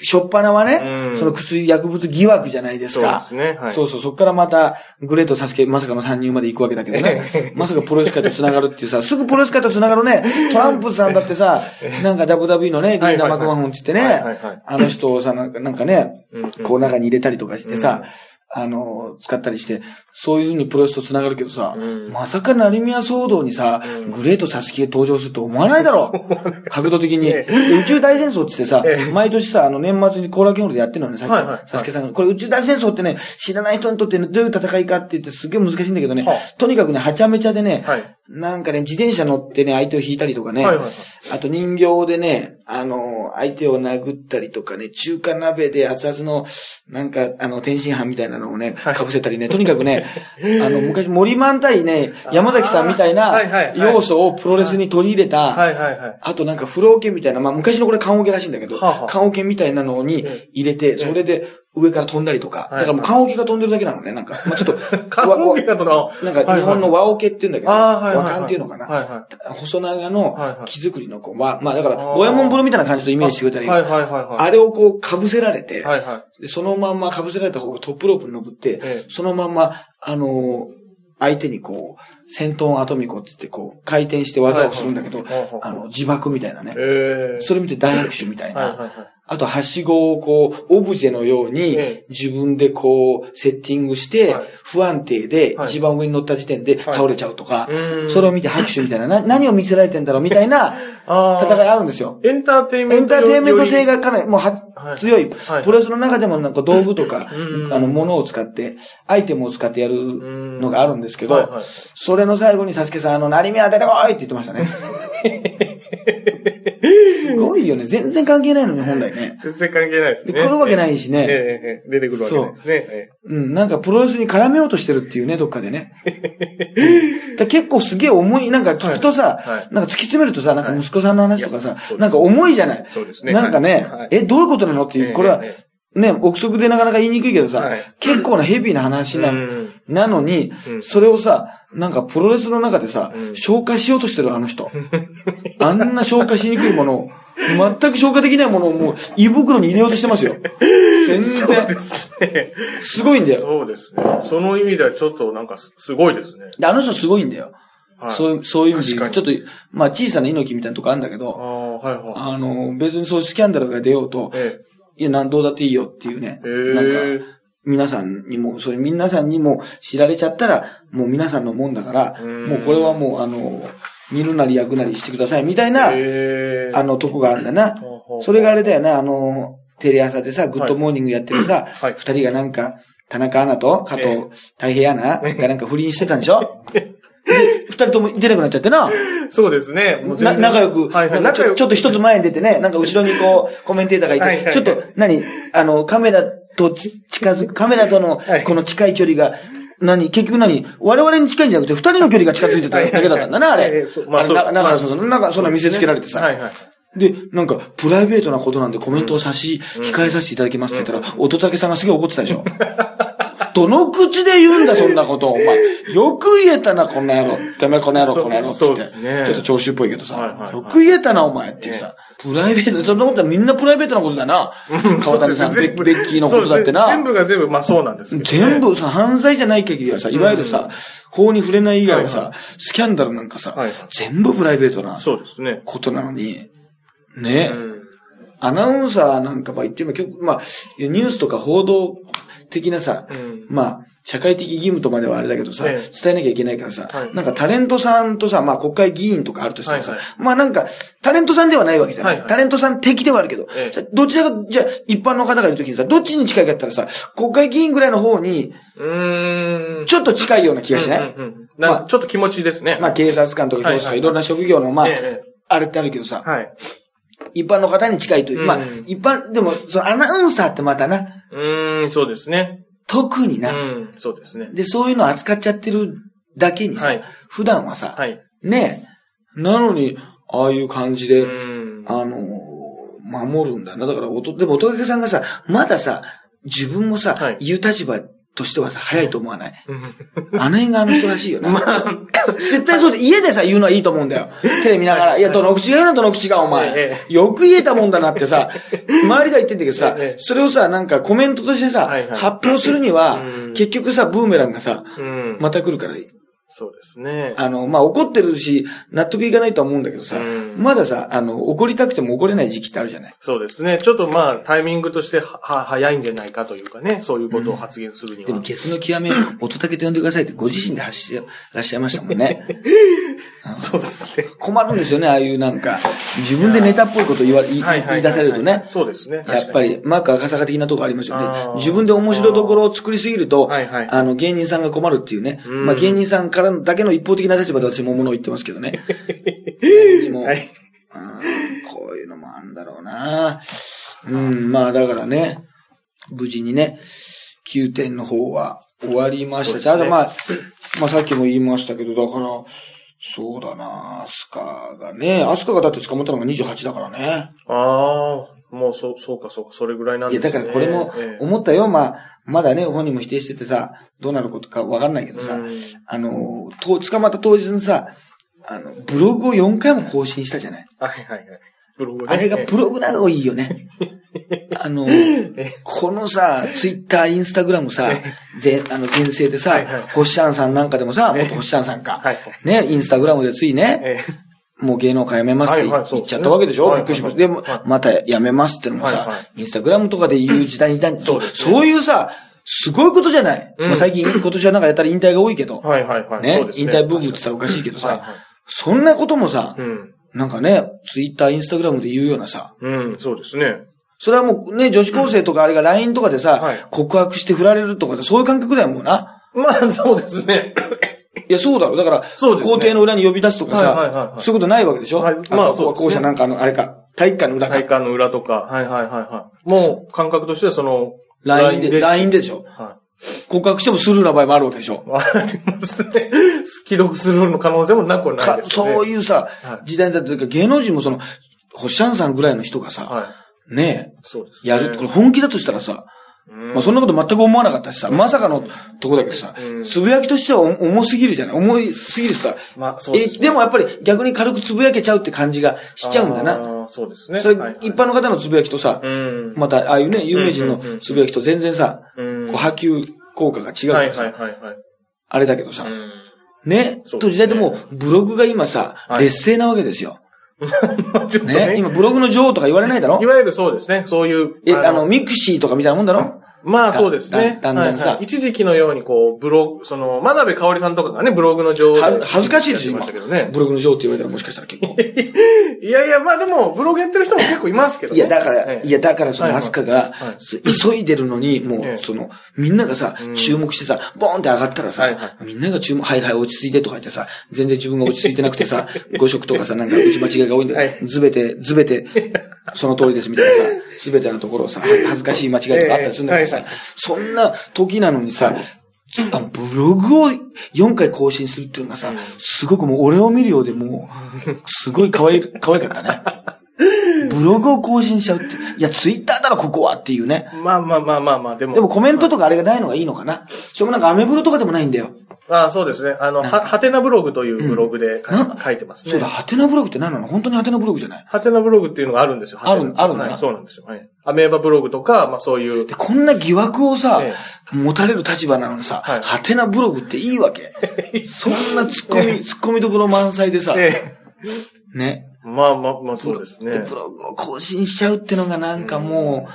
Speaker 1: しょっぱなはね、
Speaker 2: うん
Speaker 1: その薬、薬物疑惑じゃないです
Speaker 2: そうで
Speaker 1: か。
Speaker 2: すね。はい。
Speaker 1: そうそう、そっからまた、グレートサスケ、まさかの参入まで行くわけだけどね。 まさかプロレス界と繋がるっていうさ、すぐプロレス界と繋がるね、トランプさんだって さ、なんか WWE のね、リン
Speaker 2: はいはい
Speaker 1: ダ・
Speaker 2: はい
Speaker 1: マクマホンってって
Speaker 2: はい
Speaker 1: ね
Speaker 2: はいはい、
Speaker 1: あの人をさ、なんかなんかね、
Speaker 2: うんうん
Speaker 1: こう中に入れたりとかしてさ、あの、使ったりして、そういうふうにプロレスと繋がるけどさ、
Speaker 2: うん
Speaker 1: まさか成宮騒動にさ、
Speaker 2: うん
Speaker 1: グレートサスケ登場すると思わないだろ う。角度的に。
Speaker 2: え
Speaker 1: で宇宙大戦争って言ってさ、
Speaker 2: ええ
Speaker 1: 毎年さ、あの年末に後楽園ホールでやってるのね、さっき
Speaker 2: はいはい
Speaker 1: サスケさんが。これ宇宙大戦争ってね、知らない人にとってねどういう戦いかって言ってすっげえ難しいんだけどね、
Speaker 2: は
Speaker 1: とにかくね、はちゃめちゃでね、
Speaker 2: はい
Speaker 1: なんかね、自転車乗ってね、相手を引いたりとかね、
Speaker 2: はいはいはい
Speaker 1: あと人形でね、あの、相手を殴ったりとかね、中華鍋で熱々の、なんか、あの、天津飯みたいなのをね、
Speaker 2: はい
Speaker 1: かぶせたりね、とにかく ね、あの、昔森満対ね、山崎さんみたいな
Speaker 2: はいはいはい
Speaker 1: 要素をプロレスに取り入れた、
Speaker 2: はいはいはい。
Speaker 1: あとなんか、不老犬みたいな、まあ昔のこれ、缶オケらしいんだけど、
Speaker 2: はあはあ
Speaker 1: 缶オケみたいなのに
Speaker 2: え
Speaker 1: 入れて、それで上から飛んだりとか、
Speaker 2: は
Speaker 1: だ
Speaker 2: い、
Speaker 1: からもう缶オケが飛んでるだけなのね、なんか、まあちょっと
Speaker 2: 缶オケだとな
Speaker 1: わわなんか日本の和オケって言うんだけど、
Speaker 2: ああー、はいは
Speaker 1: 和
Speaker 2: いはい。
Speaker 1: 缶っていうのかな。
Speaker 2: はいはい。
Speaker 1: 細長
Speaker 2: はいは
Speaker 1: の
Speaker 2: い
Speaker 1: 木作りのこう、まあ、まあだから、
Speaker 2: あー
Speaker 1: 五右衛門風呂みたいな感じとイメージしてくれたらいい。
Speaker 2: はい
Speaker 1: あ
Speaker 2: はいはいはい。
Speaker 1: れをこう被せられて、
Speaker 2: はいは
Speaker 1: でそのまんま被せられた方がトップロープに登って、
Speaker 2: ええ
Speaker 1: そのまんま、あのー相手にこう、戦闘アトミコってってこう、回転して技をするんだけど、
Speaker 2: はいはいはい
Speaker 1: あの、自爆みたいなね
Speaker 2: い。。ええ。
Speaker 1: それ見て大拍手みたいな。
Speaker 2: はいはいはい。
Speaker 1: あと、はしごをこう、オブジェのように
Speaker 2: ええ、
Speaker 1: 自分でこう、セッティングして
Speaker 2: はい、
Speaker 1: 不安定で、
Speaker 2: はい
Speaker 1: 一番上に乗った時点で
Speaker 2: はい
Speaker 1: 倒れちゃうとか
Speaker 2: う、ーん
Speaker 1: それを見て拍手みたいな、な何を見せられてんだろうみたいな
Speaker 2: あー
Speaker 1: 戦いあるんですよ。
Speaker 2: エンターテインメ
Speaker 1: エン
Speaker 2: ント
Speaker 1: タ
Speaker 2: よ
Speaker 1: ー
Speaker 2: り。
Speaker 1: テインメント性がかなり、もうは、
Speaker 2: はい
Speaker 1: 強い。
Speaker 2: はい
Speaker 1: プロレスの中でもなんか道具とか、
Speaker 2: うん
Speaker 1: あの、物を使って、アイテムを使ってやる
Speaker 2: ん
Speaker 1: のがあるんですけど、
Speaker 2: はいはい
Speaker 1: それの最後にサスケさん、あの、成宮出てこいって言ってました ね。すごいよね。全然関係ないのね、本来ね。
Speaker 2: 全然関係ないです
Speaker 1: で、
Speaker 2: ね。。
Speaker 1: 来るわけないいし
Speaker 2: ええ
Speaker 1: ね。
Speaker 2: ええ、出てくるわけないですね。え
Speaker 1: うん、なんかプロレスに絡めようとしてるっていうね、どっかで ね。うんだ結構すげえ重い、なんか聞くとさ、
Speaker 2: はいはい
Speaker 1: なんか突き詰めるとさ、なんか息子さんの話とかさ、
Speaker 2: そうです
Speaker 1: なんか重いじゃない。
Speaker 2: そうですね
Speaker 1: なんかね、
Speaker 2: はい
Speaker 1: え、どういうことなのって
Speaker 2: え
Speaker 1: いう、これは、
Speaker 2: ええ
Speaker 1: ね、憶測でなかなか言いにくいけどさ、
Speaker 2: はい
Speaker 1: 結構なヘビーな話な,、
Speaker 2: うん
Speaker 1: なのに、
Speaker 2: うん
Speaker 1: それをさ、なんかプロレスの中でさ、
Speaker 2: うん
Speaker 1: 消化しようとしてるあの 人。あんな消化しにくいものを、全く消化できないものをもう胃袋に入れようとして ますよ。全
Speaker 2: そうで
Speaker 1: 然、
Speaker 2: すね。
Speaker 1: すごいんだよ。
Speaker 2: そうですね。その意味ではちょっとなんかすすごいですね。
Speaker 1: であの人すごいんだよ。
Speaker 2: はい。
Speaker 1: そういう、そういう意味で言うと、
Speaker 2: 確
Speaker 1: ちょっと、まあ小さな猪木みたいなとこあるんだけ
Speaker 2: あ
Speaker 1: ど、
Speaker 2: あ、はいは
Speaker 1: あの、別にそういうスキャンダルが出ようと
Speaker 2: い。、え
Speaker 1: いや、なんどうだっていいよっていうね。
Speaker 2: え。
Speaker 1: なん
Speaker 2: え
Speaker 1: か、皆さんにも、それ皆さんにも知られちゃったら、もう皆さんのもんだから、
Speaker 2: うん
Speaker 1: もうこれはもう、あの、煮るなり焼くなりしてくださいみたい
Speaker 2: え。
Speaker 1: な、
Speaker 2: ええ。
Speaker 1: あの、とこがあるんだな
Speaker 2: ほうほうほ。う
Speaker 1: それがあれだよな、あの、テレ朝でさ、グッドモーニングやってるさ、
Speaker 2: はいはい
Speaker 1: 二人がなんか、田中アナと加藤、
Speaker 2: ええ
Speaker 1: 太平アナがなんか不倫してたんでしょで二人とも出なくなっちゃってな。
Speaker 2: そうですね。もう全
Speaker 1: な
Speaker 2: 然
Speaker 1: 仲良く、
Speaker 2: はいはい、
Speaker 1: なんかち
Speaker 2: 仲
Speaker 1: ょ
Speaker 2: 良
Speaker 1: ちょっ
Speaker 2: く。
Speaker 1: と一つ前に出てね、なんか後ろにこう、コメンテーターがいて、
Speaker 2: はいはいはい
Speaker 1: ちょっと、何あの、カメラとち近づく、カメラとの
Speaker 2: はい
Speaker 1: この近い距離が、何結局何我々に近いんじゃなくて、二人の距離が近づいてただけだったんだな、あ
Speaker 2: はいはいはいえ
Speaker 1: れ
Speaker 2: えそう。まあ
Speaker 1: あれ、
Speaker 2: そう
Speaker 1: ななんか、そのなんか、そんな見せつけられてさ。
Speaker 2: はいはい。
Speaker 1: で、なんか、プライベートなことなんでコメントを差し、控えさせていただきますって言ったら、乙武さんがすげえ怒ってたでしょ。どの口で言うんだ、そんなこと。お前、よく言えたな、こんな野郎。てめえ、この野郎、
Speaker 2: そう
Speaker 1: この野郎。つっ
Speaker 2: そうで
Speaker 1: て、
Speaker 2: すね
Speaker 1: ちょっと聴衆っぽいけどさ、
Speaker 2: はいはいはい
Speaker 1: よく言えたな、お前っていうさ。プライベート、そんなことはみんなプライベートなことだな。川谷さん、
Speaker 2: そう
Speaker 1: ベ
Speaker 2: です
Speaker 1: ッベッキーのことだってな。
Speaker 2: そうです全部が全部、まあそうなんですけどね、
Speaker 1: 全部さ、犯罪じゃない限りはさ、いわゆるさ、法に触れない以外は
Speaker 2: はい
Speaker 1: さ、スキャンダルなんかさ
Speaker 2: はい、
Speaker 1: 全部プライベートな
Speaker 2: そうですね。
Speaker 1: ことなのに、ね
Speaker 2: う。ん
Speaker 1: アナウンサーなんかまあ言っても、結構まあ、ニュースとか報道的なさ、
Speaker 2: うん
Speaker 1: まあ、社会的義務とまではあれだけどさ、
Speaker 2: ええ
Speaker 1: 伝えなきゃいけないからさ、
Speaker 2: はい
Speaker 1: なんかタレントさんとさ、まあ国会議員とかあるとしてもさ、
Speaker 2: はいは
Speaker 1: まあなんか、タレントさんではないわけじゃない。
Speaker 2: はいはい
Speaker 1: タレントさん的ではあるけど、
Speaker 2: ええ
Speaker 1: さどちらか、じゃあ一般の方がいるときにさ、どっちに近いかって言ったらさ、国会議員ぐらいの方に、
Speaker 2: うーん。
Speaker 1: ちょっと近いような気がしない、
Speaker 2: うんうんうんなんか
Speaker 1: まあ
Speaker 2: ちょっと気持ちいいですね。
Speaker 1: まあ警察官とか教師と
Speaker 2: はいは
Speaker 1: か
Speaker 2: い
Speaker 1: いろんな職業の、まあ、
Speaker 2: ええ
Speaker 1: あれってあるけどさ、
Speaker 2: はい。
Speaker 1: 一般の方に近いという、
Speaker 2: うん
Speaker 1: まあ、一般、でも、そのアナウンサーってまたな、
Speaker 2: うーん、そうですね。
Speaker 1: 特に
Speaker 2: う
Speaker 1: な。
Speaker 2: ん、そうですね。
Speaker 1: で、そういうの扱っちゃってるだけにさ、
Speaker 2: はい
Speaker 1: 普段はさ、
Speaker 2: はい。
Speaker 1: ねえ、なのに、ああいう感じで、
Speaker 2: うん。
Speaker 1: あのー守るんだな。だから、おと、でも、おとがけさんがさ、まださ、自分もさ、
Speaker 2: はい
Speaker 1: 言う立場としてはさ、早いと思わない。
Speaker 2: うん
Speaker 1: あの辺があの人らしいよな。絶対そうで、家でさ、言うのはいいと思うんだよ。テレビ見ながら、いや、どの口が言うな、どの口が、お前
Speaker 2: え。
Speaker 1: よく言えたもんだなってさ、周りが言ってんだけどさ
Speaker 2: ええ、
Speaker 1: それをさ、なんかコメントとしてさ
Speaker 2: はい、はい
Speaker 1: 発表するには
Speaker 2: う、ん
Speaker 1: 結局さ、ブーメランがさ、
Speaker 2: うん。
Speaker 1: また来るから、
Speaker 2: そうですね。
Speaker 1: あの、まあ、怒ってるし、納得いかないとは思うんだけどさ
Speaker 2: うん、
Speaker 1: まださ、あの、怒りたくても怒れない時期ってあるじゃない。
Speaker 2: そうですね。ちょっとまあ、タイミングとしては、は、早いんじゃないかというかね、そういうことを発言するには。
Speaker 1: でも、ゲスの極め、音竹と呼んでくださいってご自身で発してらっしゃいましたもんね。
Speaker 2: そうですね。
Speaker 1: 困るんですよね、ああいうなんか、自分でネタっぽいこと言わ、言い
Speaker 2: はいはいはいはい
Speaker 1: 言い出されるとね。
Speaker 2: そうですね。
Speaker 1: やっぱり、マーク赤坂的なとこありますよ
Speaker 2: あ
Speaker 1: ね
Speaker 2: ー。
Speaker 1: 自分で面白いところを作りすぎると、
Speaker 2: はいはい
Speaker 1: あの、芸人さんが困るっていうね。
Speaker 2: うん
Speaker 1: まあ、芸人さんからのだけの一方的な立場で私も物を言ってますけど ね。でも
Speaker 2: はい
Speaker 1: あーこういうのもあるんだろうな。うん、まあ、だからね、無事にね、9点の方は終わりました。じゃあ、
Speaker 2: そうですね
Speaker 1: まあ、まあ、さっきも言いましたけど、だから、そうだな、アスカがね、アスカがだって捕まったのが28だからね。
Speaker 2: ああ、もうそ、そうかそうか、それぐらいなん
Speaker 1: い
Speaker 2: で
Speaker 1: や、
Speaker 2: すね。
Speaker 1: だからこれも
Speaker 2: ええ
Speaker 1: 思ったよ。まあ、まだね、本人も否定しててさ、どうなることかわかんないけどさ、
Speaker 2: うん
Speaker 1: あの、と、捕まった当日にさ、あの、ブログを4回も更新したじゃない。
Speaker 2: はいはいはい。ブログね
Speaker 1: あれが
Speaker 2: ええ
Speaker 1: ブログなのがいいよ ね。あの、このさ、ツイッター、インスタグラムさ、ぜあの、全盛でさ
Speaker 2: はいはい、
Speaker 1: 星ちゃんさんなんかでもさ、元星ちゃんさん
Speaker 2: は
Speaker 1: か
Speaker 2: い。
Speaker 1: ね、インスタグラムでついね、
Speaker 2: ええ
Speaker 1: もう芸能界辞めますって
Speaker 2: はいはいそう
Speaker 1: 言っちゃったわけでしょ、
Speaker 2: は
Speaker 1: びっ
Speaker 2: いはい
Speaker 1: くりしました。
Speaker 2: は
Speaker 1: で
Speaker 2: い
Speaker 1: も、また辞めますってのもさ、
Speaker 2: はいは
Speaker 1: インスタグラムとかで言う時代にいたん
Speaker 2: そ
Speaker 1: そ
Speaker 2: うで
Speaker 1: う
Speaker 2: すね
Speaker 1: そういうさ、すごいことじゃない、
Speaker 2: うん
Speaker 1: まあ最近、今年はなんかやったら引退が多いけど、
Speaker 2: はいはいはい。
Speaker 1: ね
Speaker 2: そうです
Speaker 1: 引退ブームって言ったらおかしいけどさ、
Speaker 2: はいはい
Speaker 1: そんなこともさ、
Speaker 2: うん。
Speaker 1: なんかね、ツイッター、インスタグラムで言うようなさ、
Speaker 2: うん、そうですね。
Speaker 1: それはもうね、女子高生とかあれが LINE とかでさ、
Speaker 2: はい
Speaker 1: 告白して振られるとかでそういう感覚だよもうな。
Speaker 2: まあ、そうですね。
Speaker 1: いや、そうだろ。だから、
Speaker 2: そうですね
Speaker 1: 校庭の裏に呼び出すとかさ、
Speaker 2: はいはいはいはい
Speaker 1: そういうことないわけでしょ、
Speaker 2: はい
Speaker 1: まあ
Speaker 2: まあ
Speaker 1: とは
Speaker 2: そう
Speaker 1: 校
Speaker 2: です
Speaker 1: 舎
Speaker 2: ね
Speaker 1: なんかあの、あれか、体育館の裏
Speaker 2: 体
Speaker 1: か。
Speaker 2: 感の裏とか。はいはいはいはい。もう、感覚としてはその、
Speaker 1: LINE で、LINE ででしょ
Speaker 2: は
Speaker 1: 告白してもスルーな場合もあるわけでしょ
Speaker 2: い。ありますね。既読するの可能性もなくはない
Speaker 1: か
Speaker 2: ですね。
Speaker 1: そういうさ
Speaker 2: は、い
Speaker 1: 時代だったというか、芸能人もその、星シャンさんぐらいの人がさ、
Speaker 2: は
Speaker 1: ね
Speaker 2: い。そうです
Speaker 1: え、
Speaker 2: ね。
Speaker 1: やるって、これ本気だとしたらさ、
Speaker 2: うん
Speaker 1: まあそんなこと全く思わなかったしさ、まさかのとこだけどさ
Speaker 2: う、ん
Speaker 1: つぶやきとしては重重すぎるじゃない重いすぎるしさ、
Speaker 2: まあ、そう
Speaker 1: え
Speaker 2: です
Speaker 1: ーでもやっぱり逆に軽くつぶやけちゃうって感じがしちゃうんだな。
Speaker 2: な。そうですね。
Speaker 1: それ
Speaker 2: はいはい、
Speaker 1: 一般の方のつぶやきとさ、
Speaker 2: うん。
Speaker 1: またああいうね、有名人の
Speaker 2: うんうんうん
Speaker 1: つぶやきと全然さ、
Speaker 2: うん
Speaker 1: こう波及効果が違うか
Speaker 2: は
Speaker 1: ら
Speaker 2: いはい
Speaker 1: さ、
Speaker 2: はいはい。
Speaker 1: あれだけどさ
Speaker 2: う、 ん
Speaker 1: ね、
Speaker 2: そうですね
Speaker 1: と時代でもうブログが今さ、
Speaker 2: はい
Speaker 1: 劣勢なわけですよ。
Speaker 2: まあちょっとね
Speaker 1: ね、今ブログの女王とか言われないだろ
Speaker 2: いわゆるそうですね。そういう。
Speaker 1: え、あの、ミクシーとかみたいなもんだろ
Speaker 2: まあそうですね。
Speaker 1: だだんだんさ
Speaker 2: はいはい一時期のようにこう、ブログ、その、真鍋かおりさんとかがね、ブログの女王
Speaker 1: は恥ずかしいです
Speaker 2: や
Speaker 1: よ
Speaker 2: ってましたけどね。
Speaker 1: ブログの女王って言われたらもしかしたら結 構。
Speaker 2: いやいや、まあでも、ブログやってる人も結構いますけど
Speaker 1: い
Speaker 2: ね、
Speaker 1: や、だから、
Speaker 2: ええ
Speaker 1: いや、だからそ
Speaker 2: は
Speaker 1: の
Speaker 2: いは
Speaker 1: ア
Speaker 2: い
Speaker 1: スカが
Speaker 2: はい、
Speaker 1: 急いでるのに、も
Speaker 2: ええ
Speaker 1: う、その、みんながさ
Speaker 2: う、ん
Speaker 1: 注目してさ、ボーンって上がったら
Speaker 2: はいは
Speaker 1: さ、みんなが注目、はいはい、落ち着いてとか言ってさ、全然自分が落ち着いてなくて さ、誤色とかさ、なんか打ち間違いが多いんだ
Speaker 2: はい
Speaker 1: よ。ずべて、ずべて、その通りですみた いなさ、すべてのところをさ、恥ずかしい間違いとかあったりするんだけど
Speaker 2: ええ
Speaker 1: さ
Speaker 2: は、
Speaker 1: そんな時なのにさ、あのブログを4回更新するっていうのがさ
Speaker 2: うん、
Speaker 1: すごくもう俺を見るようでもう、すごい可愛い、可愛かったね。 ブログを更新しちゃうって。いや、ツイッターだろ、ここはっていうね。
Speaker 2: まあまあまあまあまあ、でも。
Speaker 1: でもコメントとかあれがないのがいいのかな。しかもなんかアメブロとかでもないんだよ。
Speaker 2: ああ、そうですね。あの、は、はてなブログというブログで書い
Speaker 1: な
Speaker 2: 書いてますね。
Speaker 1: そうだ、。ハテナブログって何なの本当にハテナブログじゃない。
Speaker 2: はてなブログっていうのがあるんですよ。
Speaker 1: ある
Speaker 2: はてな
Speaker 1: あるんだな
Speaker 2: はいそうなんですよ。はい。アメーバブログとか、まあそういう
Speaker 1: で、。こんな疑惑をさ
Speaker 2: え、
Speaker 1: 持たれる立場なのにさ、
Speaker 2: はい
Speaker 1: ハテナブログっていいわけ。 そんな突っ込み、突っ込みどころ満載でさ、
Speaker 2: え
Speaker 1: ね。
Speaker 2: えまあまあまあ、そうです
Speaker 1: で
Speaker 2: ね
Speaker 1: ブ。ログを更新しちゃうってのがなんかも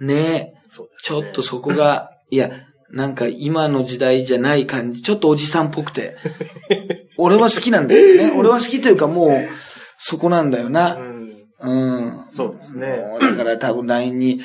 Speaker 1: う、ね、
Speaker 2: そうです
Speaker 1: ちょっとそこが、いや、なんか今の時代じゃない感じ、ちょっとおじさんっぽくて。俺は好きなんだ よね。俺は好きというかもう、そこなんだよ
Speaker 2: う
Speaker 1: な。
Speaker 2: ん。
Speaker 1: うん。
Speaker 2: そうですね。
Speaker 1: もうだから多分 LINE に、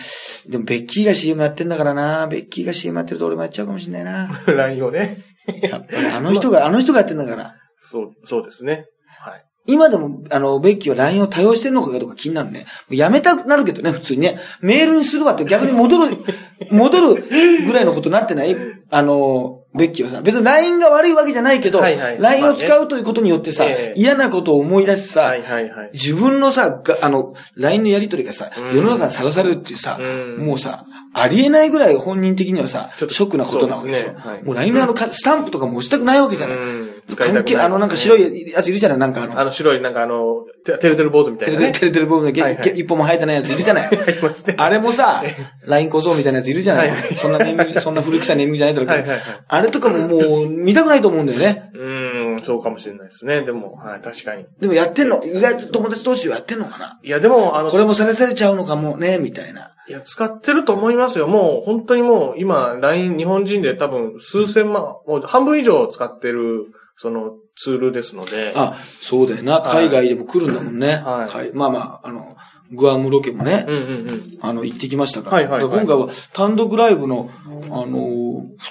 Speaker 1: でもベッキーが CM やってんだからな。ベッキーが CM やってると俺もやっちゃうかもしんないな。
Speaker 2: LINE をね。
Speaker 1: やっぱりあの人が、あの人がやってんだから。
Speaker 2: そう、そうですね。はい。
Speaker 1: 今でも、あの、ベッキーは LINE を多用してるのかどうか気になるね。もうやめたくなるけどね、普通にね。メールにするわって逆に戻る、 戻るぐらいのことになってないあの、ベッキーはさ、別に LINE が悪いわけじゃないけど、
Speaker 2: はいはい
Speaker 1: LINE を
Speaker 2: ま
Speaker 1: 使うということによってさ、
Speaker 2: ええ
Speaker 1: 嫌なことを思い出しさ、
Speaker 2: はいはいはい。
Speaker 1: 自分のさ、があの、LINE のやりとりがさ、
Speaker 2: うん
Speaker 1: 世の中にさらされるっていうさ、
Speaker 2: うん
Speaker 1: もうさ、ありえないぐらい本人的にはさ、
Speaker 2: ち
Speaker 1: ショ
Speaker 2: ょっ
Speaker 1: ック
Speaker 2: と
Speaker 1: なことなわけでしょ。
Speaker 2: そうですねはい
Speaker 1: もう LINE のあのか、スタンプとかも押したくないわけじゃない。
Speaker 2: うん。使いたくな
Speaker 1: 関
Speaker 2: い
Speaker 1: 係、あの、なんか白いやついるじゃないなんかあの、
Speaker 2: あの白い、なんかあの、ててるてる坊主みた
Speaker 1: テ
Speaker 2: い
Speaker 1: レ
Speaker 2: な
Speaker 1: テレ
Speaker 2: ね。
Speaker 1: テレテレボブのげ
Speaker 2: はいはい
Speaker 1: げ一本も生えてないやついるじゃない。
Speaker 2: ありますね。
Speaker 1: あれもさ、ライン小僧みたいなやついるじゃない、
Speaker 2: はいはい
Speaker 1: そんなネーミング、そんな古臭いネーミングじゃないだろうけど、
Speaker 2: はいはいはい
Speaker 1: あれとかももう見たくないと思うんだよね。
Speaker 2: うん、そうかもしれないですね。でも、はい、確かに。
Speaker 1: でもやってんの、意外と友達同士でやってんのかない
Speaker 2: や、でも、あの
Speaker 1: こ、れもされされちゃうのかもね、みたいな。
Speaker 2: いや、使ってると思いますよ。もう、本当にもう、今、LINE、日本人で多分、数千万、もう半分以上使ってる、その、ツールですので。
Speaker 1: あ、そうだよな。
Speaker 2: はい
Speaker 1: 海外でも来るんだもんね。
Speaker 2: はい
Speaker 1: 海まあまあ、あの、グアムロケもね
Speaker 2: う、んうんうん。
Speaker 1: あの、行ってきましたから。
Speaker 2: はいはいはい
Speaker 1: だから今回は単独ライブの、あのー、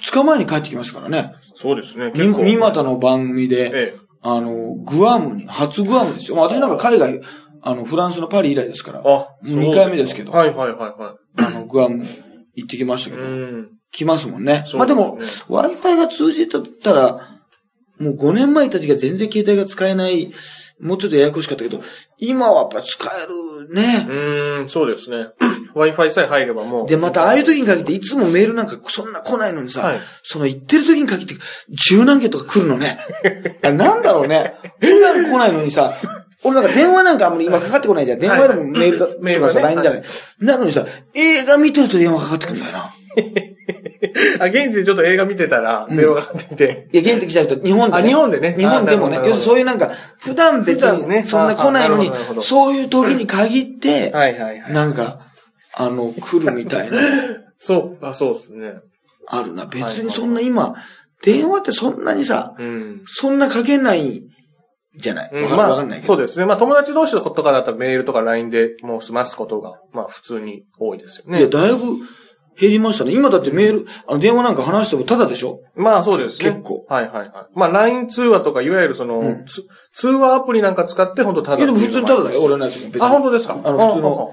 Speaker 1: 2日前に帰ってきましたからね。
Speaker 2: そうですね。
Speaker 1: み
Speaker 2: 結構。
Speaker 1: 三股の番組で、
Speaker 2: ええ。
Speaker 1: あの、グアムに、初グアムですよ。まあ私なんか海外、あの、フランスのパリ以来ですから、
Speaker 2: あ、
Speaker 1: 2回目ですけど
Speaker 2: はいはいはいは
Speaker 1: あの、グアム行ってきました
Speaker 2: い。
Speaker 1: け
Speaker 2: う
Speaker 1: ど、
Speaker 2: ん。
Speaker 1: 来ますもんね。
Speaker 2: そう
Speaker 1: まあ
Speaker 2: で
Speaker 1: です
Speaker 2: ね
Speaker 1: も、Wi-Fi が通じてたら、もう5年前いた時は全然携帯が使えない、もうちょっとややこしかったけど、今はやっぱ使えるね。
Speaker 2: うん、そうですね。Wi-Fi さえ入ればもう。
Speaker 1: で、またああいう時に限っていつもメールなんかそんな来ないのにさ、
Speaker 2: はい
Speaker 1: その行ってる時に限って十何件とか来るの ね。あれなんだろうね。普段来ないのにさ、俺なんか電話なんかあんまり今かかってこないじゃん。電話よりもメールだ
Speaker 2: メール
Speaker 1: と
Speaker 2: が
Speaker 1: かさ、
Speaker 2: ね
Speaker 1: LINE じゃない。なのにさ、映画見てると電話かかってくるんだよな。
Speaker 2: あ、現地でちょっと映画見てたら、電話がかかってきて。
Speaker 1: いや、現地来ちゃうと日本で、
Speaker 2: あ日本でね
Speaker 1: 日本でもね。
Speaker 2: あ
Speaker 1: 要
Speaker 2: な
Speaker 1: す
Speaker 2: る
Speaker 1: るにそ
Speaker 2: ほど
Speaker 1: ういうなんか、普段別
Speaker 2: 普段ね
Speaker 1: にそんな来ないの
Speaker 2: あなるほどなるほど
Speaker 1: に、そういう時に限って、
Speaker 2: はいはいはい。
Speaker 1: なんか、あの、来るみたいな、
Speaker 2: そう、あ、そうですね。
Speaker 1: あるな。別にそんな今、電話ってそんなにさ、
Speaker 2: うん。
Speaker 1: そんなかけないじゃない。
Speaker 2: うん
Speaker 1: わか,、
Speaker 2: まあ
Speaker 1: かんないけど。
Speaker 2: そうですね。まあ友達同士のことかだったらメールとか LINE でもう済ますことが、まあ普通に多いですよ
Speaker 1: いや、
Speaker 2: ね。
Speaker 1: だいぶ減りましたね。今だってメール、あの、電話なんか話してもただでしょ
Speaker 2: まあそうですね。
Speaker 1: 結構
Speaker 2: はいはいはい。まあ LINE 通話とか、いわゆるその、
Speaker 1: うん
Speaker 2: つ通話アプリなんか使って本当ただ
Speaker 1: いや、でも普通にただだよ。
Speaker 2: 俺。
Speaker 1: 俺のやつも別に。
Speaker 2: あ、本当ですか
Speaker 1: あの、普通の、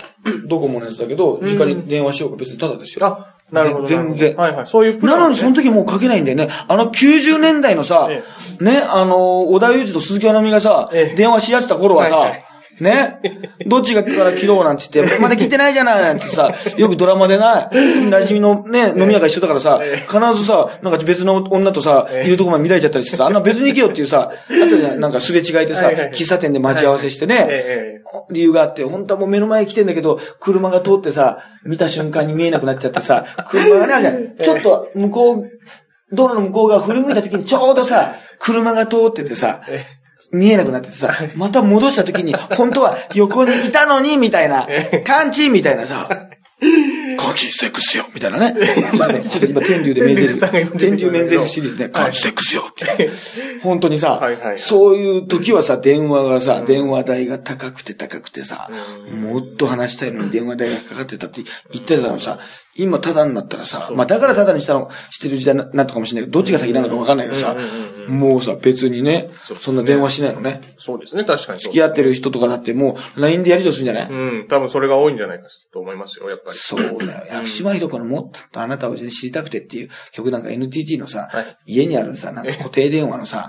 Speaker 1: ドコモのやつだけど、
Speaker 2: ん
Speaker 1: 直に電話しようか別にただです
Speaker 2: ああ
Speaker 1: よ。
Speaker 2: ああなるほど。
Speaker 1: 全
Speaker 2: なるほど
Speaker 1: 然
Speaker 2: はいはい。そういうプ
Speaker 1: な
Speaker 2: ラン
Speaker 1: の
Speaker 2: ね
Speaker 1: にその時もうかけないんだよね。あの90年代のさ
Speaker 2: え、
Speaker 1: ね、あの、小田裕二と鈴木奈々美がさ
Speaker 2: ええ、
Speaker 1: 電話し合ってた頃は
Speaker 2: はい
Speaker 1: さ
Speaker 2: はい、
Speaker 1: ね、どっちがから切ろうなんて言 って、まだ切ってないじゃないなんてさ、よくドラマでな、馴染みのね、飲み屋が一緒だからさ、
Speaker 2: ええ
Speaker 1: 必ずさ、なんか別の女とさ、
Speaker 2: ええ
Speaker 1: いるとこまで見られちゃったりしてさ、あんな別に行けよっていうさ、あとじゃんなんかすれ違いでさ、
Speaker 2: はいはい
Speaker 1: 喫茶店で待ち合わせしてね、
Speaker 2: えええ
Speaker 1: 理由があって、本当はもう目の前に来てんだけど、車が通ってさ、見た瞬間に見えなくなっちゃってさ、車がね、あれじゃんちょっと向こう、道路の向こうが振り向いた時にちょうどさ、車が通っててさ、見えなくなっててさ、また戻 した時に、本当は横にいたのに、みたいな、感知みたいなさ、感じセックスよみたいなね。今、天竜で面ゼ
Speaker 2: 天竜さんが今
Speaker 1: ル。天竜面ゼルシリーズね。感じセックスよって。本当にさ
Speaker 2: はいはいはい、
Speaker 1: そういう時はさ、電話がさ、電話代が高くて高くてさ、もっと話したいのに電話代がかかってたって言ってたのさ、今タダになったらさ、まあだからタダにしたの、してる時代になったかもしれないけど、どっちが先なのかわかんないけどさ
Speaker 2: うんうん、
Speaker 1: もうさ、別にね
Speaker 2: そう、ですね
Speaker 1: そんな電話しないのね。
Speaker 2: そうですね、確かにそう。
Speaker 1: 付き合ってる人とかだってもう LINE でやりとりするんじゃない
Speaker 2: うん、多分それが多いんじゃないかと思いますよ、やっぱり。
Speaker 1: そうだよ。薬師丸ひろ子のもっとあなたを知りたくてっていう曲なんか NTT のさ、
Speaker 2: はい
Speaker 1: 家にあるさ、なんか固定電話のさ、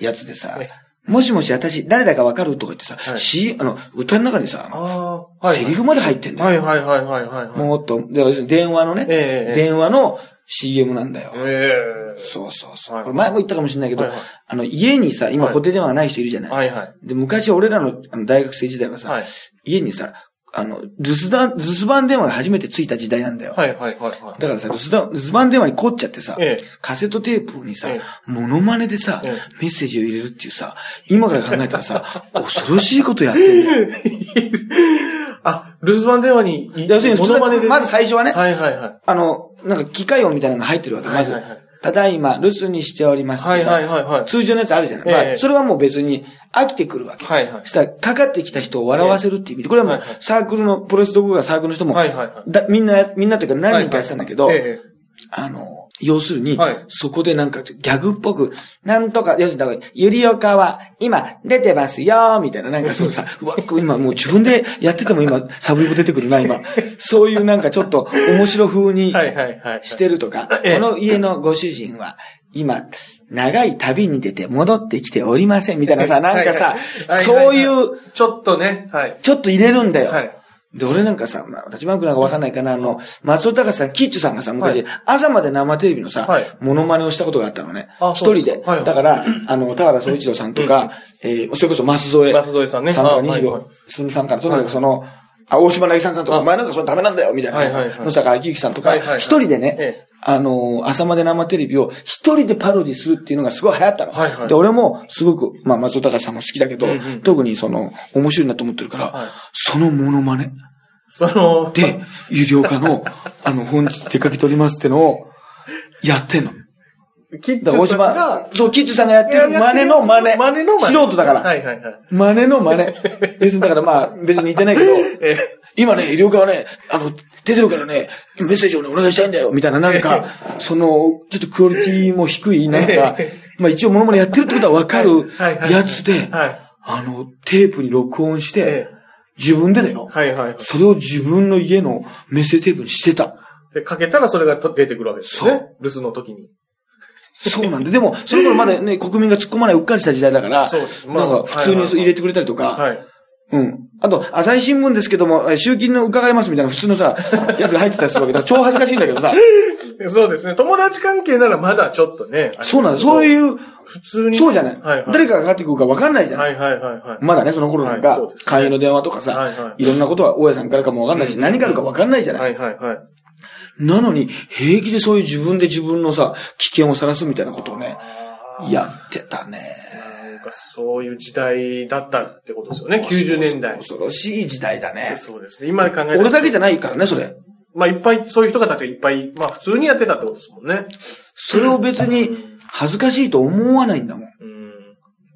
Speaker 1: やつでさ、もしもし私誰だかわかるとか言ってさ、
Speaker 2: はい
Speaker 1: C、あの、歌の中にさ、あの
Speaker 2: ああ、はい。
Speaker 1: セリフまで入ってんだよ。
Speaker 2: はいはいはいはいはいはい。
Speaker 1: もっと、で要するに電話のね、
Speaker 2: ええ
Speaker 1: 電話の CM なんだよ。
Speaker 2: え
Speaker 1: そうそうそう。
Speaker 2: はい
Speaker 1: これ前も言ったかもしれないけど、
Speaker 2: はいはい
Speaker 1: あの、家にさ、今
Speaker 2: はい
Speaker 1: 固定電話がない人いるじゃ
Speaker 2: え
Speaker 1: ない。
Speaker 2: はいはい。
Speaker 1: で、昔俺らのあの大学生時代はさ、
Speaker 2: はい。
Speaker 1: 家にさ、あの、留守番、留守番電話が初めてついた時代なんだよ。
Speaker 2: はいはいはいは
Speaker 1: だからさ、留守番留守番電話に凝っちゃってさ、
Speaker 2: ええ
Speaker 1: カセットテープにさ
Speaker 2: え、
Speaker 1: モノマネでさ、
Speaker 2: ええ
Speaker 1: メッセージを入れるっていうさ、今から考えたらさ、 恐ろしいことやってる。
Speaker 2: い。あ、留守番電話に、
Speaker 1: 要するに普
Speaker 2: モ
Speaker 1: 通
Speaker 2: ノマネで。
Speaker 1: まず最初はね、
Speaker 2: はいはいはい。
Speaker 1: あの、なんか機械音みたいなのが入ってるわけ、まず。
Speaker 2: はいはいはい
Speaker 1: ただいま、留守にしておりましてさ、
Speaker 2: はいはいはいはい。
Speaker 1: 通常のやつあるじゃない、
Speaker 2: え
Speaker 1: ま
Speaker 2: え
Speaker 1: あ、それはもう別に飽きてくるわけ。
Speaker 2: はいはい
Speaker 1: したら、かかってきた人を笑わせるっていう意味で、これはも
Speaker 2: はいうはい
Speaker 1: サークルの、プロレス同好会のサークルの人も、
Speaker 2: はいはいはい
Speaker 1: だみんなや、みんなというか何人かやってたんだけど、
Speaker 2: はいはいえ
Speaker 1: あの、要するに、
Speaker 2: はい
Speaker 1: そこでなんかギャグっぽく、なんとか、要するにだから、ゆりおかは今出てますよーみたいな、なんかそう さ、うわ、これ今もう自分でやってても今、サブイボ出てくるな、今。 そういうなんかちょっと面白風
Speaker 2: え
Speaker 1: に
Speaker 2: はいはいはい。
Speaker 1: してるとか、
Speaker 2: ええ
Speaker 1: この家のご主人は今、長い旅に出て戻ってきておりません、みたいなさ、なんかさ
Speaker 2: はいは、い
Speaker 1: そういう、、
Speaker 2: ちょっとね、はい。
Speaker 1: ちょっと入れるんだよ。
Speaker 2: はい。
Speaker 1: で、俺なんかさ、まあ、立場なんかわかんないかな、あの、松尾隆さん、キッチュさんがさ、昔、
Speaker 2: は
Speaker 1: 朝まで生テレビのさ、
Speaker 2: はい
Speaker 1: モノマネをしたことがあったのね。
Speaker 2: あ
Speaker 1: 一人
Speaker 2: そう
Speaker 1: で。
Speaker 2: ですかはい
Speaker 1: だから、あの、田原総一郎さんとか、えーそれこそ舛添
Speaker 2: 舛添さんね
Speaker 1: さんとか、
Speaker 2: あはい
Speaker 1: 西
Speaker 2: はい
Speaker 1: 郷すみさんから、とにかくその、あ、大島渚さんからとか、お前なんかそれダメなんだよ、みたいな。
Speaker 2: はいはいはい
Speaker 1: 野坂昭之さんとか、
Speaker 2: はい
Speaker 1: 一、
Speaker 2: はいはい
Speaker 1: 人でね、
Speaker 2: ええ
Speaker 1: あのー、朝まで生テレビを一人でパロディするっていうのがすごい流行ったの。
Speaker 2: はいはい
Speaker 1: で、俺もすごく、まあ、松尾隆さんも好きだけど、
Speaker 2: うんうん
Speaker 1: 特にその、面白いなと思ってるから、
Speaker 2: はい
Speaker 1: そのモノマネ。
Speaker 2: その、
Speaker 1: で、有料化 の、あの、本日出かけておりますってのを、やってんの。
Speaker 2: キッ
Speaker 1: だ
Speaker 2: ド
Speaker 1: から、大
Speaker 2: さんが
Speaker 1: 島、、そう、キッズさんがやってる真似の真似。
Speaker 2: 真似の真似。
Speaker 1: 素人だから。
Speaker 2: はいはいはい。
Speaker 1: 真似の真似。要するに、だからまあ、別に似てないけど、
Speaker 2: え
Speaker 1: 今ね、医療科はね、あの、出てるからね、メッセージをね、お願いしたいんだよ、みたいな、なんか、その、ちょっとクオリティも低い、なんか
Speaker 2: え、
Speaker 1: まあ一応モノマネやってるってことはわかる
Speaker 2: はいはいはい
Speaker 1: やつで、
Speaker 2: はい
Speaker 1: あの、テープに録音し
Speaker 2: え
Speaker 1: て、自分でだよ、
Speaker 2: はいはいはい。
Speaker 1: それを自分の家のメッセージテープにしてた。
Speaker 2: で、かけたらそれがと出てくるわけですよ
Speaker 1: そ
Speaker 2: ね。留守の時に。
Speaker 1: そうなんで、でも、その頃まだね、国民が突っ込まないうっかりした時代だから、
Speaker 2: そうですま
Speaker 1: な
Speaker 2: あ
Speaker 1: んか普通
Speaker 2: はいはい
Speaker 1: に
Speaker 2: はい
Speaker 1: 入れてくれたりとか、
Speaker 2: はい。
Speaker 1: うん。あと、朝日新聞ですけども、え集金の伺いますみたいな普通のさ、やつが入ってたりするわけだから超恥ずかしいんだけどさ、
Speaker 2: そうですね。友達関係ならまだちょっとね。
Speaker 1: そうなんだ、そう
Speaker 2: う。
Speaker 1: いう、
Speaker 2: 普通に。
Speaker 1: そうじゃない。
Speaker 2: はいはい。
Speaker 1: 誰かがかかってくるか分かんないじゃない。
Speaker 2: はいはいはいはい。
Speaker 1: まだね、その頃なん
Speaker 2: はい
Speaker 1: か
Speaker 2: そうですね、
Speaker 1: 勧誘の電話とかさ、
Speaker 2: はい
Speaker 1: い
Speaker 2: はい
Speaker 1: ろんなことは大家さんからかも分かんないし、何があるか分かんないじゃない。
Speaker 2: はいはいはい。
Speaker 1: なのに、平気でそういう自分で自分のさ、危険をさらすみたいなことをね、やってたね。
Speaker 2: なんかそういう時代だったってことですよね。90年代。
Speaker 1: 恐ろしい時代だね。
Speaker 2: そうですね。今考えたら
Speaker 1: 俺だけじゃないからね、それ。
Speaker 2: まあいっぱい、そういう人たちがいっぱい、まあ普通にやってたってことですもんね。
Speaker 1: それを別に恥ずかしいと思わないんだもん。
Speaker 2: うん。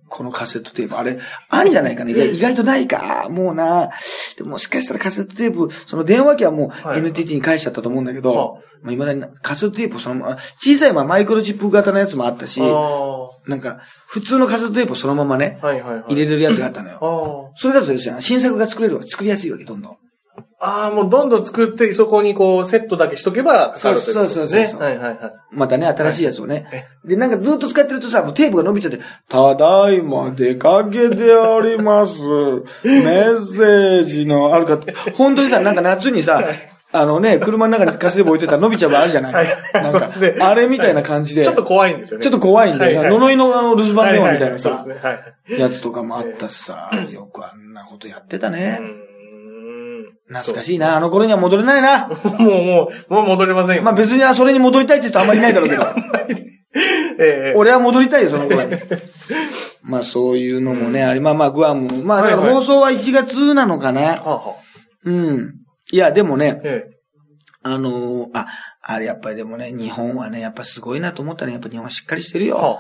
Speaker 1: このカセットテープ。あれ、あんじゃないかね。いや、意外とないか。もうな。でももしかしたらカセットテープ、その電話機はもう
Speaker 2: はい
Speaker 1: NTT に返しちゃったと思うんだけど、
Speaker 2: は
Speaker 1: まあ、未だになカセットテープをそのまま、小さいまあマイクロチップ型のやつもあったし
Speaker 2: あ、あ。は
Speaker 1: なんか、普通のカセットテープをそのままね
Speaker 2: い、はいはい。
Speaker 1: 入れれるやつがあったのよ。
Speaker 2: あ
Speaker 1: それだとですね、新作が作れるわけ、作りやすいわけ、どんどん。
Speaker 2: あ。ああ、もうどんどん作って、そこにこう、セットだけしとけばかかるといことですね、
Speaker 1: そうそうそうそう
Speaker 2: はいはいはい。
Speaker 1: またね、新しいやつをね。で、なんかずっと使ってるとさ、もうテープが伸びちゃって、ただいま出かけており ます。メッセージのあるかって、本当にさ、なんか夏にさ、あのね、車の中にカセテープ置いてたら伸びちゃう場合あるじゃない
Speaker 2: はい
Speaker 1: なん
Speaker 2: ありますね
Speaker 1: か、あれみたいな感じで、
Speaker 2: ちょっと怖いんですよね。
Speaker 1: ちょっと怖いんだよ
Speaker 2: は
Speaker 1: な。
Speaker 2: いはい
Speaker 1: 呪いのあの留守番電話みたいな
Speaker 2: は
Speaker 1: さ
Speaker 2: は、いはいそうですね
Speaker 1: やつとかもあったしさ、よくあんなことやってた
Speaker 2: はい。
Speaker 1: ね。
Speaker 2: うーん
Speaker 1: 懐かしいな。あの頃には戻れない な。
Speaker 2: もうもう、もう戻れませんよ。
Speaker 1: まあ別にそれに戻りたいって人あんまりいないだろうけど。
Speaker 2: ええ
Speaker 1: 俺は戻りたいよ、その頃に。 まあそういうのもね、あり、まあまあ、グアムも。まあだか
Speaker 2: はいは
Speaker 1: ら
Speaker 2: い
Speaker 1: 放送は1月なのかな。
Speaker 2: はあはあ
Speaker 1: うん。いや、でもね、
Speaker 2: ええ
Speaker 1: あのーあ、あれやっぱりでもね、日本はね、やっぱすごいなと思ったね。やっぱ日本はしっかりしてるよ。
Speaker 2: は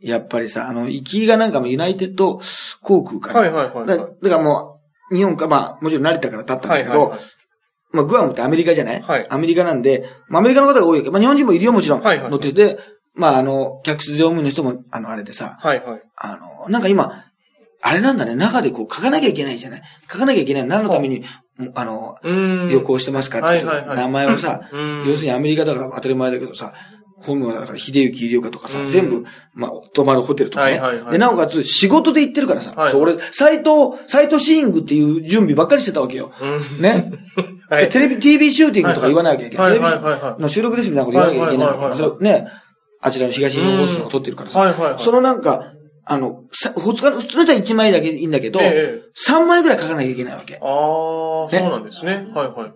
Speaker 1: やっぱりさ、あの、行きがなんかもユナイテッド航空か
Speaker 2: あ
Speaker 1: ら。
Speaker 2: はいはいはいは
Speaker 1: だ
Speaker 2: い。
Speaker 1: だからもう、日本か、まあ、もちろん成田から立ったんだ
Speaker 2: は
Speaker 1: け
Speaker 2: い
Speaker 1: ど、
Speaker 2: はいはい。
Speaker 1: まあ、グアムってアメリカじゃない、
Speaker 2: はい
Speaker 1: アメリカなんで、まあ、アメリカの方が多いわけど、まあ、日本人もいるよ、もちろん。
Speaker 2: はいはい
Speaker 1: 乗ってて、まあ、あの、客室乗務員の人も、あの、あれでさ、
Speaker 2: はいはい。
Speaker 1: あの、なんか今、あれなんだね、中でこう書かなきゃいけないじゃない書かなきゃいけない。何のために、もうあの、
Speaker 2: うーん。
Speaker 1: 旅。行してますかってこと、
Speaker 2: はいはいはい
Speaker 1: 名前をさ、
Speaker 2: うーん。
Speaker 1: 要するにアメリカだから当たり前だけどさ、本名だから秀幸秀岡とかさ、
Speaker 2: うん
Speaker 1: 全部、まあ、泊まるホテルとかね。
Speaker 2: はいはいはい
Speaker 1: で、なおかつ仕事で行ってるからさ、
Speaker 2: はい
Speaker 1: そう俺、サイト、サイトシーイングっていう準備ばっかりしてたわけよ。
Speaker 2: うん。
Speaker 1: ね。
Speaker 2: はい
Speaker 1: そうテレビ、TV シューティングとか言わなきゃいけない。
Speaker 2: はいはいはいはい
Speaker 1: テレビの収録ですみたいなこと言わなきゃいけないから、
Speaker 2: はいはいはいはい
Speaker 1: それをね、あちらの東日本放送とか撮ってるからさ、
Speaker 2: はいはいはい。
Speaker 1: そのなんか、あの、さ普通の普通の人は1枚だけいいんだけど、
Speaker 2: ええ
Speaker 1: 3枚ぐらい書かなきゃいけないわけ。
Speaker 2: あ
Speaker 1: ね
Speaker 2: あ、そうなんですね。はいはい。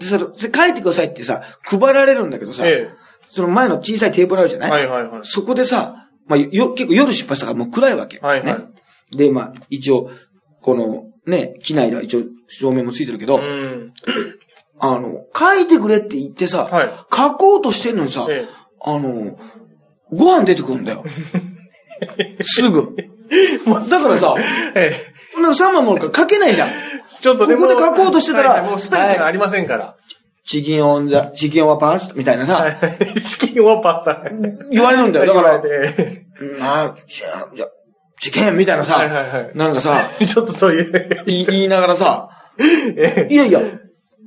Speaker 1: で、それ、それ書いてくださいってさ、配られるんだけどさ、
Speaker 2: え
Speaker 1: その前の小さいテーブルあるじゃ
Speaker 2: え。
Speaker 1: ない、
Speaker 2: はいはいはい。
Speaker 1: そこでさ、まあ、よ、結構夜失敗したからもう暗いわけ。
Speaker 2: はいはい
Speaker 1: ね。で、まあ、一応、この、ね、機内では一応、照明もついてるけど、
Speaker 2: うん。
Speaker 1: あの、書いてくれって言ってさ、
Speaker 2: はい
Speaker 1: 書こうとしてんのにさ、
Speaker 2: え
Speaker 1: あの、ご飯出てくるんだ よ。すぐ。だからさ、
Speaker 2: え。 ええ。
Speaker 1: なんか3枚もあるから書けないじゃん。
Speaker 2: ちょっとでも。
Speaker 1: ここで書こうとしてたら
Speaker 2: はいはいもうスペースがありませんから。
Speaker 1: チキンオンザ、チキンはパースみたいなさ、
Speaker 2: はい。チキンワッパーさん。
Speaker 1: 言われるんだよ。だから、
Speaker 2: え
Speaker 1: うんあ、じゃあ、じゃあ事件みたいなさ、
Speaker 2: はいはいはい
Speaker 1: なんかさ、
Speaker 2: えちょっとそういう。
Speaker 1: い言いながらさ、
Speaker 2: ええ
Speaker 1: いやいや、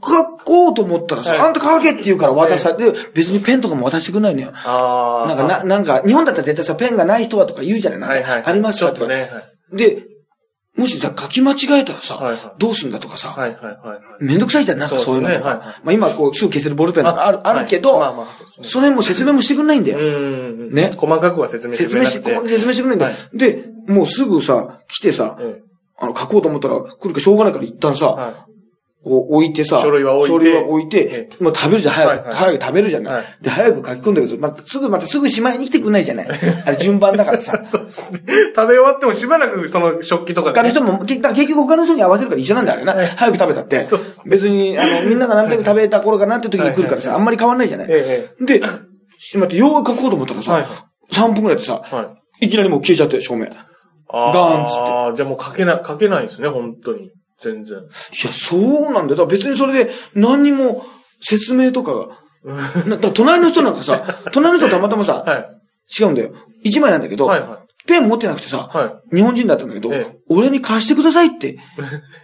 Speaker 1: 書こうと思ったらさ、
Speaker 2: はい
Speaker 1: あんた書けって言うから渡されて、別にペンとかも渡してくんないのよ。
Speaker 2: ああ。
Speaker 1: なんか、な、なんか、日本だったら絶対さ、ペンがない人はとか言うじゃないなんか
Speaker 2: はいはい。
Speaker 1: あります
Speaker 2: ちょ
Speaker 1: か
Speaker 2: っ
Speaker 1: とか
Speaker 2: と。ね。はい
Speaker 1: で、もしさ、書き間違えたらさ、
Speaker 2: はいはい
Speaker 1: どうすんだとかさ、
Speaker 2: はいはいはいはい。
Speaker 1: めんどくさいじゃん、なんかそういうのとか。
Speaker 2: そうですねはいは
Speaker 1: まあ今、こう、すぐ消せるボールペンとかある、あるけ
Speaker 2: は
Speaker 1: ど、
Speaker 2: いまあまあ、そうですね。
Speaker 1: それも説明もしてくんないんだよ。
Speaker 2: うん。
Speaker 1: ね
Speaker 2: 細かくは説明して
Speaker 1: 説
Speaker 2: くれ
Speaker 1: 明
Speaker 2: な
Speaker 1: し
Speaker 2: く
Speaker 1: て、
Speaker 2: て
Speaker 1: こう。説明してくんないんだよ。
Speaker 2: は
Speaker 1: で、もうすぐさ、来てさ、
Speaker 2: え
Speaker 1: あの、書こうと思ったら、来るかしょうがないから一旦さ、
Speaker 2: えは
Speaker 1: こう置いてさ、
Speaker 2: 書類は置いて
Speaker 1: 書類は置い
Speaker 2: え
Speaker 1: て、もう食べるじゃん、早
Speaker 2: はいは
Speaker 1: く、
Speaker 2: い
Speaker 1: 早く食べるじゃな
Speaker 2: はい
Speaker 1: い。で、早く書き込んだけど、またすぐ、またすぐしまいに来てくんないじゃない。あれ順番だからさ
Speaker 2: い。。 そうですね。食べ終わってもしばらくその食器とか
Speaker 1: 他の
Speaker 2: でね
Speaker 1: 人も、けだから結局他の人に合わせるから一緒なんだよあれな。早く食べたって
Speaker 2: そう。
Speaker 1: 別に、あの、みんなが何となく食べた頃かなって時に来るからさ、あんまり変わんないじゃない。
Speaker 2: え
Speaker 1: で、しまって、ようやく書こうと思ったら
Speaker 2: はいはい
Speaker 1: さ、3分くらいでさ
Speaker 2: え。、はい。
Speaker 1: いきなりもう消えちゃって、照明。い
Speaker 2: あ
Speaker 1: ガーンっつって
Speaker 2: あー、じゃあもう書けな、書けないですね、本当に。全然。
Speaker 1: や、そうなんだよ。だから別にそれで何にも説明とかが、なだから隣の人なんかさ、 隣の人たまたまさ、
Speaker 2: はい。
Speaker 1: 違うんだよ。一枚なんだけど、
Speaker 2: はいは
Speaker 1: ペン持ってなくてさ、
Speaker 2: は
Speaker 1: 日本人だったんだけど、
Speaker 2: ええ
Speaker 1: 俺に貸してくださいって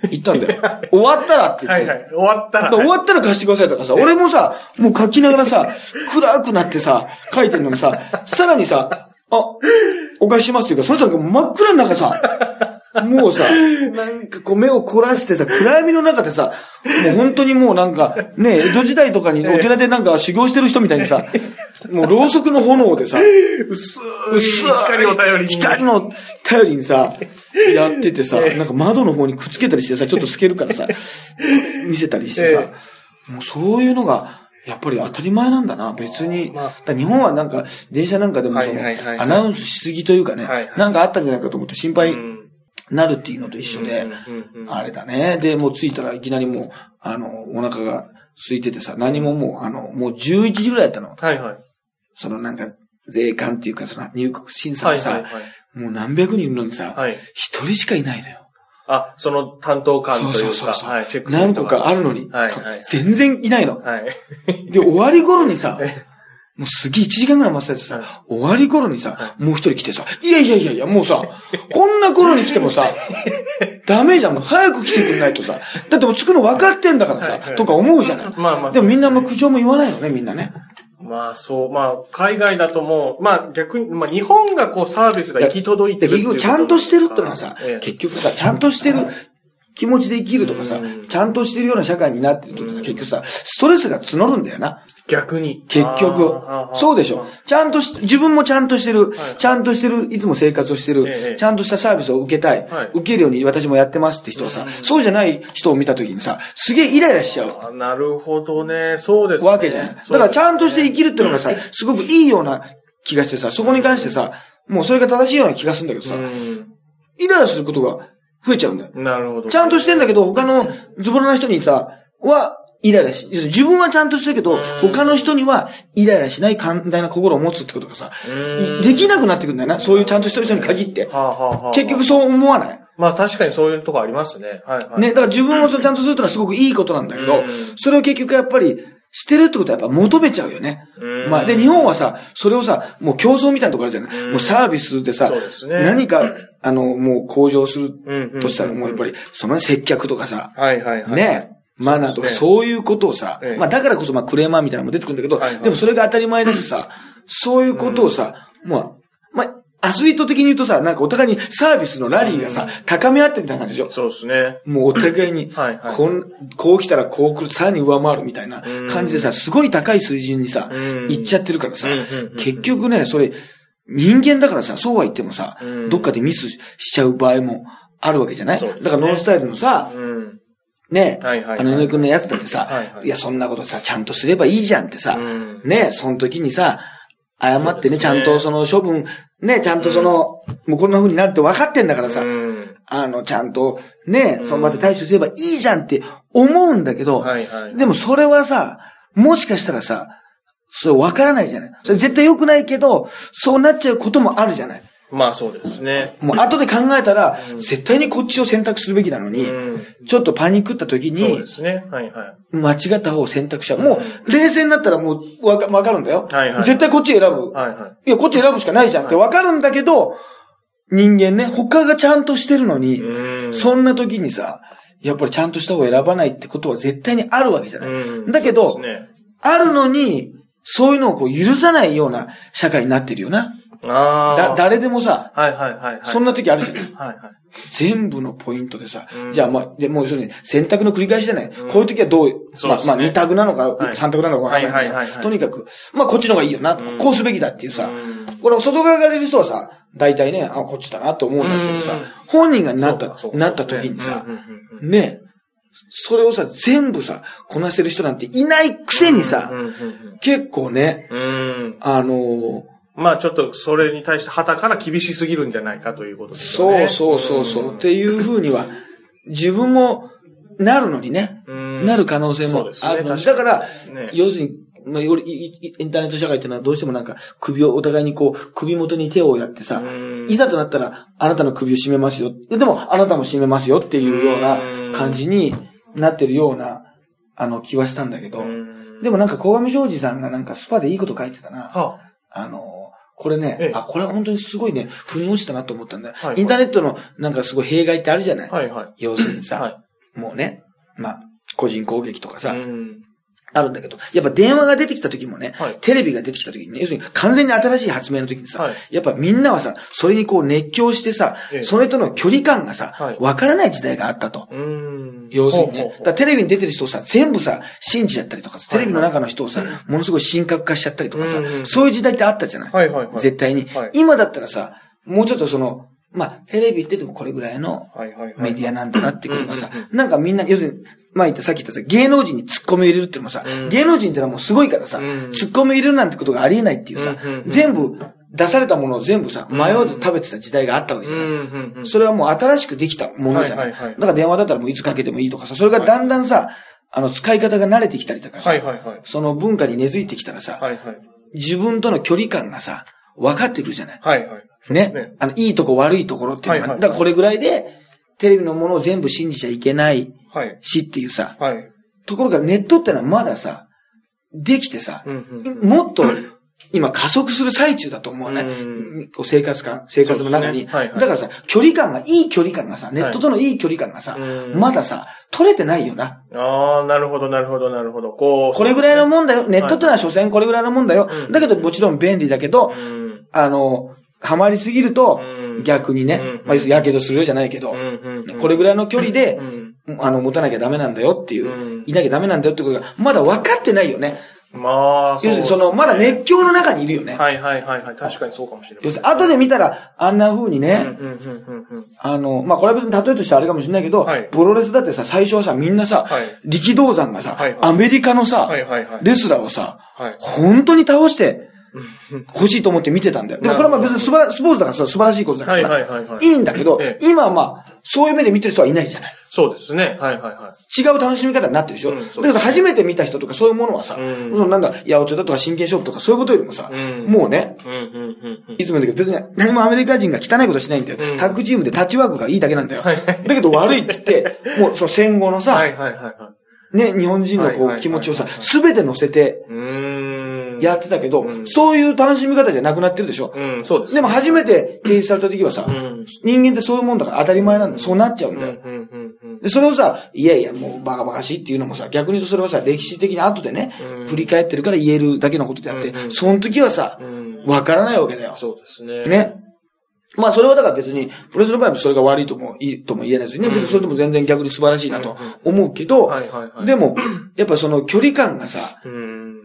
Speaker 1: 言ったんだよ。終わったらって
Speaker 2: い。
Speaker 1: 言って。
Speaker 2: はいはい。終わった
Speaker 1: だ
Speaker 2: ら。
Speaker 1: から終わったら貸してくださいとかさ、俺もさ、もう書きながらさ、暗くなってさ、書いてるのにさ、さらにさ、あ、お返ししますっていうか、その人が真っ暗の中さ、もうさ、なんかこう目を凝らしてさ、暗闇の中でさ、もう本当にもうなんか、ね、江戸時代とかにお寺でなんか修行してる人みたいにさ、もうろうそくの炎でさ、
Speaker 2: 薄い
Speaker 1: 薄い
Speaker 2: 光を頼りに。
Speaker 1: 光の頼りにさ、やっててさ、なんか窓の方にくっつけたりしてさ、ちょっと透けるからさ、見せたりしてさ
Speaker 2: え、
Speaker 1: もうそういうのが、やっぱり当たり前なんだな、別に。
Speaker 2: まあ
Speaker 1: だから日本はなんか、電車なんかでもその、
Speaker 2: はいはいはいはい
Speaker 1: アナウンスしすぎというかね
Speaker 2: はいはい、
Speaker 1: なんかあったんじゃないかと思って心配
Speaker 2: うん
Speaker 1: なるっていうのと一緒で
Speaker 2: うんうんうんう、ん
Speaker 1: あれだね。で、もう着いたらいきなりもう、あの、お腹が空いててさ、何ももう、あの、もう11時ぐらいだったの。
Speaker 2: はいはい。
Speaker 1: そのなんか、税関っていうか、その入国審査
Speaker 2: は
Speaker 1: の
Speaker 2: い
Speaker 1: さ、
Speaker 2: はいはい。
Speaker 1: もう何百人いるのにさ、
Speaker 2: はい。
Speaker 1: 一、人しかいないのよ。
Speaker 2: あ、その担当官とい
Speaker 1: そう
Speaker 2: う
Speaker 1: そう
Speaker 2: か、
Speaker 1: そうそう
Speaker 2: はい、チェックする
Speaker 1: 何
Speaker 2: 人
Speaker 1: 個
Speaker 2: が
Speaker 1: かあるのに、
Speaker 2: はいはい
Speaker 1: 全然いないの。
Speaker 2: はい。
Speaker 1: で、終わり頃にさ
Speaker 2: え、
Speaker 1: もうすげえ1時間ぐらい待ってたやつさ、終わり頃にさ
Speaker 2: は、
Speaker 1: もう一人来てさ、いやいやいやいや、もうさ、こんな頃に来ても さ、ダメじゃん、もう早く来てくんないとさ、だってもう着くの分かってんだから
Speaker 2: はいは
Speaker 1: さ、
Speaker 2: い
Speaker 1: とか思うじゃない。
Speaker 2: まあまあ
Speaker 1: でもみんなあんま苦情も言わないのね、みんなね。
Speaker 2: まあそう、まあ海外だともう、まあ逆に、まあ日本がこうサービスが行き届いて
Speaker 1: で
Speaker 2: る
Speaker 1: 結
Speaker 2: っていう
Speaker 1: 局、
Speaker 2: こと
Speaker 1: ちゃんとしてるってのはさ
Speaker 2: ええ、
Speaker 1: 結局さ、ちゃんとしてる気持ちで生きるとかさ
Speaker 2: うん、
Speaker 1: ちゃんとしてるような社会になってると、結局さ、ストレスが募るんだよな。
Speaker 2: 逆に。
Speaker 1: 結局
Speaker 2: あーあーあ。ー
Speaker 1: そうでしょ。ちゃんとし、自分もちゃんとしてる、ちゃんとしてる、いつも生活をして
Speaker 2: ええ
Speaker 1: る、ちゃんとしたサービスを受けたい
Speaker 2: はい、
Speaker 1: 受けるように私もやってますって人はさ
Speaker 2: うんうん、
Speaker 1: そうじゃない人を見た時にさ、すげえイライラしちゃう。
Speaker 2: あなるほどね。そうですね。
Speaker 1: わけじゃない。だからちゃんとして生きるってのがさ、すごくいいような気がしてさ、そこに関してさ、もうそれが正しいような気がするんだけどさ
Speaker 2: う、ん
Speaker 1: イライラすることが増えちゃうんだよ。
Speaker 2: なるほど。
Speaker 1: ちゃんとしてんだけど、他のズボラな人にさ、は、イライラし、自分はちゃんとしてるけ
Speaker 2: う
Speaker 1: ど
Speaker 2: ん、
Speaker 1: 他の人にはイライラしない寛大な心を持つってことがさ、いできなくなってくるんだよな。そういうちゃんとしてる人に限って。
Speaker 2: はあはあはあ
Speaker 1: 結局、そう思わない。
Speaker 2: まあ確かにそういうとこありますね。はいはい。
Speaker 1: ね、だから自分をそうちゃんとするとかすごくいいことなんだけ
Speaker 2: う
Speaker 1: ど
Speaker 2: ん、
Speaker 1: それを結局やっぱり、してるってことはやっぱ求めちゃうよね。
Speaker 2: うん
Speaker 1: まあ、で、日本はさ、それをさ、もう競争みたいなとこあるじゃな
Speaker 2: う
Speaker 1: い
Speaker 2: ん
Speaker 1: もうサービスでさ
Speaker 2: そうです、ね
Speaker 1: 何か、あの、もう向上する
Speaker 2: うんうん
Speaker 1: としたら、もうやっぱり、その接客とかさ、
Speaker 2: はいはいはい。。
Speaker 1: ね、マナーとか
Speaker 2: そうですね
Speaker 1: そういうことをさ
Speaker 2: ええ、
Speaker 1: まあだからこそまあクレーマーみたいなのも出てくるんだけど
Speaker 2: はいは、い
Speaker 1: でもそれが当たり前だしさ、そういうことをさ、もう、まあ、アスリート的に言うとさ、なんかお互いにサービスのラリーがさ、高め合ってみたいな感じでしょ
Speaker 2: そうですね。
Speaker 1: もうお互いに、
Speaker 2: はいはい
Speaker 1: こんこう来たらこう来る、さらに上回るみたいな感じでさ、すごい高い水準にさ、
Speaker 2: うん
Speaker 1: 行っちゃってるからさ
Speaker 2: うんうんうんうん、
Speaker 1: 結局ね、それ、人間だからさ、そうは言ってもさ
Speaker 2: うん、
Speaker 1: どっかでミスしちゃう場合もあるわけじゃない
Speaker 2: そうですね
Speaker 1: だからノンスタイルのさ、
Speaker 2: うん。
Speaker 1: ね、
Speaker 2: はいはいはい
Speaker 1: あの、ねくんのやつだってさ、
Speaker 2: はいはい
Speaker 1: いや、そんなことさ、ちゃんとすればいいじゃんってさ、
Speaker 2: うん
Speaker 1: ね、その時にさ、謝ってね、
Speaker 2: そうですね
Speaker 1: ちゃんとその処分、ね、ちゃんとその、もうこんな風になるって分かってんだからさ、
Speaker 2: うん。
Speaker 1: あの、ちゃんと、ね
Speaker 2: う、ん
Speaker 1: その場で対処すればいいじゃんって思うんだけど、
Speaker 2: はいはい。
Speaker 1: でもそれはさ、もしかしたらさ、それ分からないじゃない。それ絶対良くないけど、そうなっちゃうこともあるじゃない。
Speaker 2: まあそうですね。
Speaker 1: もう後で考えたら、絶対にこっちを選択するべきなのに、
Speaker 2: うん。
Speaker 1: ちょっとパニックった時
Speaker 2: そう
Speaker 1: に
Speaker 2: で、すね。はいはい。
Speaker 1: 間違った方を選択しちゃう。もう、冷静になったらもうわかわかるんだよ。
Speaker 2: はいはい
Speaker 1: 絶対こっち選ぶ。
Speaker 2: はいは
Speaker 1: い
Speaker 2: い。
Speaker 1: や、こっち選ぶしかないじゃんってわかるんだけど、人間ね、他がちゃんとしてるのに、
Speaker 2: うん。
Speaker 1: そんな時にさ、やっぱりちゃんとした方を選ばないってことは絶対にあるわけじゃない。
Speaker 2: うん
Speaker 1: だけど、
Speaker 2: そうですね。
Speaker 1: あるのに、そういうのをこう許さないような社会になってるよな。
Speaker 2: ああ。
Speaker 1: だ、誰でもさ、
Speaker 2: はいはいはいはい。
Speaker 1: そんな時あるじゃない。
Speaker 2: はいはい。
Speaker 1: 全部のポイントでさ、
Speaker 2: うん
Speaker 1: じゃあまあ、でもう要するに選択の繰り返しじゃない。
Speaker 2: うん
Speaker 1: こういう時はどう、
Speaker 2: そう
Speaker 1: ま
Speaker 2: で
Speaker 1: あ
Speaker 2: す
Speaker 1: ま
Speaker 2: ね
Speaker 1: あ2択なのか
Speaker 2: はい
Speaker 1: 3択なのかわかんないけど
Speaker 2: はいはいはいは
Speaker 1: さ、
Speaker 2: い
Speaker 1: とにかく、まあこっちの方がいいよな、
Speaker 2: うん
Speaker 1: こうすべきだっていうさ
Speaker 2: う、ん
Speaker 1: これ外側からいる人はさ、大体ね、あ、こっちだなと思うんだけど
Speaker 2: う
Speaker 1: さ
Speaker 2: ん、
Speaker 1: 本人がなっ
Speaker 2: そう
Speaker 1: た
Speaker 2: かそう、か
Speaker 1: なった時にさ
Speaker 2: うんう、んうんうん
Speaker 1: ねえ、それをさ、全部さ、こなせる人なんていないくせにさ
Speaker 2: う、んうん
Speaker 1: 結構ね、
Speaker 2: うんうん。
Speaker 1: あのー
Speaker 2: まあちょっとそれに対して旗から厳しすぎるんじゃないかということですよ
Speaker 1: そう
Speaker 2: ね。
Speaker 1: そうそうそう、
Speaker 2: ん
Speaker 1: っていう風には、自分もなるのにね、
Speaker 2: うん
Speaker 1: なる可能性
Speaker 2: そう
Speaker 1: も
Speaker 2: ですね
Speaker 1: あるのに。
Speaker 2: 確
Speaker 1: だ
Speaker 2: か
Speaker 1: か
Speaker 2: に
Speaker 1: ら、
Speaker 2: ね
Speaker 1: 要するに、まあ、よりいいインターネット社会っていうのはどうしてもなんか首を、お互いにこう、首元に手をやってさ、
Speaker 2: うん
Speaker 1: いざとなったら、あなたの首を絞めますよ。でも、あなたも絞めますよっていうような
Speaker 2: うん
Speaker 1: 感じになってるような、あの、気はしたんだけど、
Speaker 2: うん
Speaker 1: でもなんか、小上正治さんがなんかスパでいいこと書いてたな。
Speaker 2: はあ
Speaker 1: あの、これね、
Speaker 2: ええ
Speaker 1: あ、これは本当にすごいね、腑に落ちたなと思ったんだよ。
Speaker 2: はいはい
Speaker 1: インターネットのなんかすごい弊害ってあるじゃない、
Speaker 2: はいはい。
Speaker 1: 要するにさ、
Speaker 2: はい
Speaker 1: もうね、まあ、個人攻撃とかさ、
Speaker 2: うん
Speaker 1: あるんだけど、やっぱ電話が出てきた時もね、
Speaker 2: はい
Speaker 1: テレビが出てきた時にね、要するに完全に新しい発明の時にさ、
Speaker 2: はい
Speaker 1: やっぱみんなはさ、それにこう熱狂してさ、
Speaker 2: ええ
Speaker 1: それとの距離感がさ
Speaker 2: はい、
Speaker 1: わ、からない時代があったと。
Speaker 2: うん
Speaker 1: 要するにね。
Speaker 2: ほうほう
Speaker 1: だ
Speaker 2: ほう
Speaker 1: からテレビに出てる人をさ、全部さ、信じちゃったりとかさ、
Speaker 2: は
Speaker 1: テ
Speaker 2: いは
Speaker 1: レ
Speaker 2: い
Speaker 1: ビの中の人をさ、ものすごい神格化しちゃったりとかさ
Speaker 2: うんう、ん
Speaker 1: そういう時代ってあったじゃない
Speaker 2: はいはいはい。
Speaker 1: 絶対に
Speaker 2: はい。
Speaker 1: 今だったらさ、もうちょっとその、まあ、テレビってでもこれぐらいの
Speaker 2: はいはいはい。
Speaker 1: メディアなんだなってことがさ
Speaker 2: うんうん、
Speaker 1: なんかみんな、要するに、まあ言ったさっき言ったさ、芸能人に突っ込みを入れるっていうのもさ
Speaker 2: う、ん
Speaker 1: 芸能人ってのはもうすごいからさ、
Speaker 2: うん
Speaker 1: 突っ込みを入れるなんてことがありえないっていうさ
Speaker 2: うんうんう、ん
Speaker 1: 全部出されたものを全部さ、迷わず食べてた時代があったわけじ
Speaker 2: う
Speaker 1: ゃ
Speaker 2: ん
Speaker 1: ない。
Speaker 2: うんうん。
Speaker 1: それはもう新しくできたものじゃない。
Speaker 2: はいはいはい
Speaker 1: だから電話だったらもういつかけてもいいとかさ、それがだんだんさ、あの、使い方が慣れてきたりとかさ、
Speaker 2: はいはいはい。
Speaker 1: その文化に根付いてきたらさ、
Speaker 2: はいはい。
Speaker 1: 自分との距離感がさ、分かってくるじゃない。
Speaker 2: はいはい。
Speaker 1: ね。
Speaker 2: ね
Speaker 1: あの、いいとこ悪いところっていうのは、
Speaker 2: はいはい
Speaker 1: だからこれぐらいで、テレビのものを全部信じちゃいけない
Speaker 2: はい。
Speaker 1: しっていうさ、
Speaker 2: はい。
Speaker 1: ところがネットってのはまださ、できてさ、
Speaker 2: うんうん。
Speaker 1: もっと今加速する最中だと思うね。
Speaker 2: う
Speaker 1: こう生活感、生活の中に。
Speaker 2: そうですねはいはい
Speaker 1: だからさ、距離感が、いい距離感がさ、ネットとのいい距離感がさ、
Speaker 2: うん
Speaker 1: まださ、取れてないよな。
Speaker 2: ああ、なるほどなるほどなるほど。こう。
Speaker 1: これぐらいのもんだよ。ネットってのは所詮これぐらいのもんだよ。
Speaker 2: うん
Speaker 1: だけどもちろん便利だけど、
Speaker 2: うん。
Speaker 1: あの、ハマりすぎると
Speaker 2: うん、
Speaker 1: 逆にね
Speaker 2: うん、
Speaker 1: まあ、要するにやけどするようじゃないけど
Speaker 2: う、んうんうん。
Speaker 1: これぐらいの距離で
Speaker 2: う、ん。
Speaker 1: あの、持たなきゃダメなんだよっていうう、
Speaker 2: ん
Speaker 1: いなきゃダメなんだよってことが、まだ分かってないよね。
Speaker 2: まあ、
Speaker 1: 要するに、その、まだ熱狂の中にいるよね。
Speaker 2: はいはいはいはい。確かにそうかもしれない。
Speaker 1: 要するに、後で見たら、あんな風に
Speaker 2: う
Speaker 1: ね
Speaker 2: ん、うんうんうんうん。
Speaker 1: あの、まあ、これは別に例えとしてあれかもしれないけど
Speaker 2: はい、
Speaker 1: プロレスだってさ、最初はさ、みんなさ
Speaker 2: はい、
Speaker 1: 力道山がさ
Speaker 2: はい、はい
Speaker 1: アメリカのさ
Speaker 2: はいはいはい、
Speaker 1: レスラーをさ
Speaker 2: はい、
Speaker 1: 本当に倒して、欲しいと思って見てたんだよ。でもこれはまあ別に素晴らスポーツだからさ素晴らしいことだか
Speaker 2: はい
Speaker 1: ら。
Speaker 2: はい
Speaker 1: い
Speaker 2: はいはい。
Speaker 1: いんだけど
Speaker 2: え、え
Speaker 1: 今はまあ、そういう目で見てる人はいないじゃない。
Speaker 2: そうですね。はいはいはい。
Speaker 1: 違う楽しみ方になってるでしょ。
Speaker 2: うん
Speaker 1: だ
Speaker 2: そう
Speaker 1: けど初めて見た人とかそういうものはさ、
Speaker 2: うん
Speaker 1: そのなんだ、八百長だとか真剣勝負とかそういうことよりもさ、
Speaker 2: うん
Speaker 1: もうね、
Speaker 2: うんうんうん
Speaker 1: いつも言うんだけど別に何もアメリカ人が汚いことしないんだよ。
Speaker 2: うん
Speaker 1: タッグチームでタッチワークがいいだけなんだよ。
Speaker 2: はい
Speaker 1: だけど悪いっつっ て、もうその戦後の
Speaker 2: うん。
Speaker 1: さ、
Speaker 2: はいはいはいはい。
Speaker 1: ね、日本人のこ
Speaker 2: はいう
Speaker 1: 気持ちをさ
Speaker 2: はいはい、はい
Speaker 1: すべて乗せて
Speaker 2: うーん。
Speaker 1: やってたけど、
Speaker 2: うん
Speaker 1: そういう楽しみ方じゃなくなってるでしょ。
Speaker 2: うん、そうです。
Speaker 1: でも初めて提出された時はさ、
Speaker 2: うん。
Speaker 1: 人間ってそういうもんだから当たり前なんだよ。そうなっちゃう
Speaker 2: うんん
Speaker 1: だ
Speaker 2: う
Speaker 1: よ。
Speaker 2: んうんうん。
Speaker 1: で、それをさ、いやいや、もうバカバカしいっていうのもさ、逆に言うとそれはさ、歴史的に後でね、
Speaker 2: うん
Speaker 1: 振り返ってるから言えるだけのことであって、
Speaker 2: うんうん
Speaker 1: その時はさ
Speaker 2: う、ん
Speaker 1: わからないわけだよ。
Speaker 2: そうですね。。
Speaker 1: ね。まあそれはだから別に、プロレスの場合もそれが悪いとも、いいとも言えないですね。
Speaker 2: うん
Speaker 1: 別にそれでも全然逆に素晴らしいなと思うけど、
Speaker 2: はいはいはい。
Speaker 1: で
Speaker 2: も、
Speaker 1: も、やっぱその距離感がさ、
Speaker 2: うん。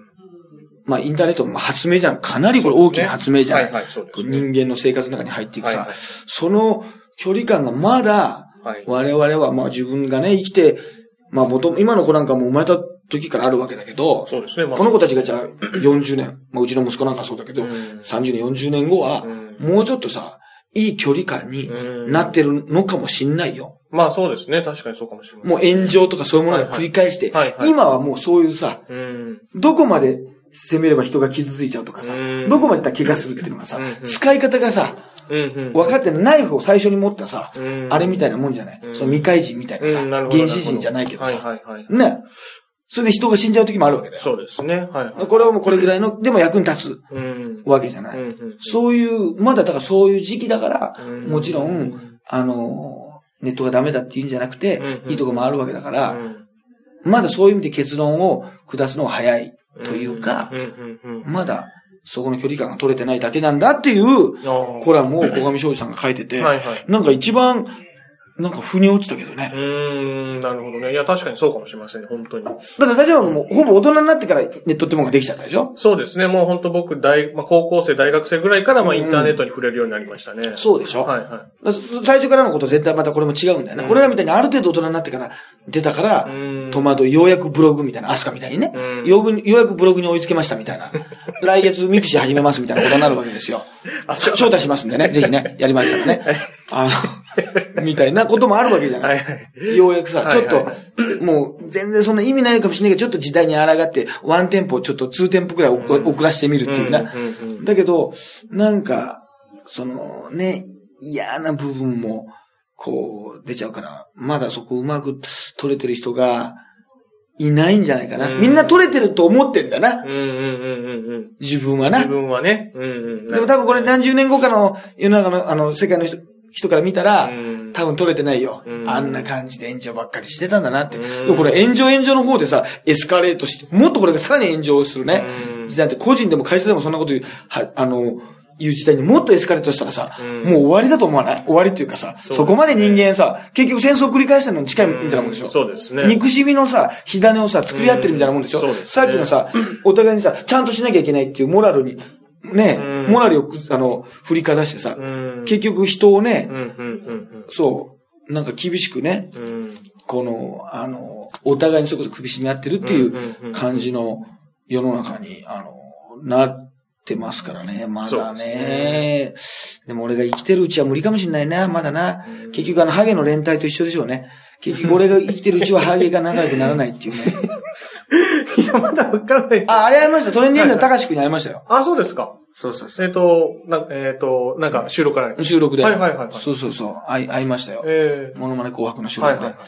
Speaker 1: まあインターネットも発明じゃん。かなりこれ大きな発明じゃない。
Speaker 2: はいはい、そうです
Speaker 1: こう
Speaker 2: ね。
Speaker 1: 人間の生活の中に入っていく
Speaker 2: はい
Speaker 1: さ、
Speaker 2: はい
Speaker 1: その距離感がまだ、
Speaker 2: はい。
Speaker 1: 我々はまあ自分がね、生きて、まあ元、今の子なんかもう生まれた時からあるわけだけど、
Speaker 2: そうですね。まあ
Speaker 1: この子たちがじゃあ40年、まあうちの息子なんかそうだけど、
Speaker 2: うん
Speaker 1: 30年、40年後は、
Speaker 2: うん
Speaker 1: もうちょっとさ、いい距離感に
Speaker 2: うん
Speaker 1: なってるのかもしんないよ。
Speaker 2: まあそうですね。確かにそうかもしれない。
Speaker 1: もう炎上とかそういうものが繰り返して
Speaker 2: はいはいはい、はい
Speaker 1: 今はもうそういうさ、
Speaker 2: うん。
Speaker 1: どこまで攻めれば人が傷ついちゃうとかさ
Speaker 2: うん、
Speaker 1: どこまでいったら怪我するっていうのがさ
Speaker 2: うんうん、
Speaker 1: 使い方がさ、
Speaker 2: うんうん。
Speaker 1: 分かってないナイフを最初に持ったさ
Speaker 2: うん、
Speaker 1: あれみたいなもんじゃない
Speaker 2: うん
Speaker 1: その未開人みたいなさ、
Speaker 2: うん、なるほど。
Speaker 1: 原始人じゃないけど
Speaker 2: はい
Speaker 1: さ、
Speaker 2: はいはい。
Speaker 1: ね。それで人が死んじゃう時もあるわけだよ。
Speaker 2: そうですね。はいはい。
Speaker 1: これはもうこれぐらいの、でも役に立つ
Speaker 2: うん。
Speaker 1: わけじゃな
Speaker 2: う
Speaker 1: い。
Speaker 2: んうん。
Speaker 1: そういう、まだだからそういう時期だから
Speaker 2: う、ん
Speaker 1: もちろん、あの、ネットがダメだって言うんじゃなくて
Speaker 2: うんう、ん
Speaker 1: いいとこもあるわけだか
Speaker 2: う
Speaker 1: ら、
Speaker 2: ん
Speaker 1: まだそういう意味で結論を下すのが早いというか
Speaker 2: う、んうんうん。
Speaker 1: まだそこの距離感が取れてないだけなんだっていうコ
Speaker 2: こ
Speaker 1: ラムを小上庄司さんが書いてて、
Speaker 2: はいはい。
Speaker 1: なんか一番、なんか腑に落ちたけど
Speaker 2: う
Speaker 1: ね。
Speaker 2: ーん、なるほどね。いや、確かにそうかもしれませんね、本当に。
Speaker 1: だって大丈夫もうほぼ大人になってからネットってものができちゃったでしょ
Speaker 2: そうですね。もう本当僕、大、まあ、高校生、大学生ぐらいから、まあ、インターネットに触れるようになりましたね。
Speaker 1: そうでしょ
Speaker 2: はいは
Speaker 1: だから最初からのことは絶対またこれも違うんだよね。
Speaker 2: うん
Speaker 1: 俺らみたいにある程度大人になってから出たから
Speaker 2: い。う、ーん。
Speaker 1: 戸惑い、ようやくブログみたいな、アスカみたいにね、
Speaker 2: うん
Speaker 1: ようようやくブログに追いつけましたみたい な。来月ミクシー始めますみたいなことになるわけですよ。招待しますんでね、ぜひね、やりましたらね。あの、 みたいなこともあるわけじゃない。
Speaker 2: はいはい。
Speaker 1: ようやくさ、
Speaker 2: はい
Speaker 1: ちょ
Speaker 2: は
Speaker 1: っ
Speaker 2: い
Speaker 1: と、 もう全然そんな意味ないかもしれないけど、ちょっと時代に抗って、ワンテンポ、ちょっとツーテンポくらいおく
Speaker 2: うん
Speaker 1: 遅らしてみるっていうな。
Speaker 2: んうんうん
Speaker 1: だけど、なんか、そのね、嫌な部分も、こう、出ちゃうから、まだそこうまく取れてる人が、いないんじゃないかな。
Speaker 2: うん
Speaker 1: みんな取れてると思ってんだな。
Speaker 2: うんうんうんうんうん。
Speaker 1: 自分はな
Speaker 2: 自。分はね。うんうん。
Speaker 1: でも多分これ
Speaker 2: ん
Speaker 1: 何十年後かの世の中の、あの、世界の人人から見たら、
Speaker 2: うん
Speaker 1: 多分取れてないよ
Speaker 2: う。ん
Speaker 1: あんな感じで炎上ばっかりしてたんだなって。
Speaker 2: うん
Speaker 1: でもこれ炎上炎上の方でさ、エスカレートして、もっとこれがさらに炎上するね
Speaker 2: うん。
Speaker 1: 時代って個人でも会社でもそんなこと言う、は、あの、言う時代にもっとエスカレートしたらさ、
Speaker 2: うん
Speaker 1: もう終わりだと思わない終わりっていうかさ、
Speaker 2: そうですね
Speaker 1: そこまで人間さ、結局戦争繰り返したのに近いみたいなもんでしょ、
Speaker 2: うそうですね。
Speaker 1: 憎しみのさ、火種をさ、作り合ってるみたいなもんでしょ、
Speaker 2: うんそうですね
Speaker 1: さっきのさ、お互いにさ、ちゃんとしなきゃいけないっていうモラルに、ね、
Speaker 2: うん
Speaker 1: モラルをく、あの、振りかざしてさ
Speaker 2: う、ん。
Speaker 1: 結局人をね
Speaker 2: うん、うん
Speaker 1: そう、なんか厳しくね、
Speaker 2: うんうん。うん。
Speaker 1: この、あの、お互いにそれこそ首絞め合ってるってい
Speaker 2: んうんうんう
Speaker 1: うんう感じの世の中に、あの、なってますからね、まだね。でも俺が生きてるうちは無理かもしれないな、まだな。結局あの、ハゲの連帯と一緒でしょうね。結 局俺が生きてるうちはハゲが仲良くならないっていうね。
Speaker 2: いや、まだわかんない。
Speaker 1: あ、あれありました。トレンディエンドの高橋君に会いましたよ。
Speaker 2: あ、そうですか。
Speaker 1: そうそうそ
Speaker 2: えっと、な、えっと、なんか収録から。
Speaker 1: う。収録で。
Speaker 2: はいはいはいはい
Speaker 1: そうそうそう。会い会いましたよ。
Speaker 2: え
Speaker 1: モノマネ紅白の
Speaker 2: え。
Speaker 1: 収
Speaker 2: はい
Speaker 1: 録
Speaker 2: はい
Speaker 1: で
Speaker 2: は。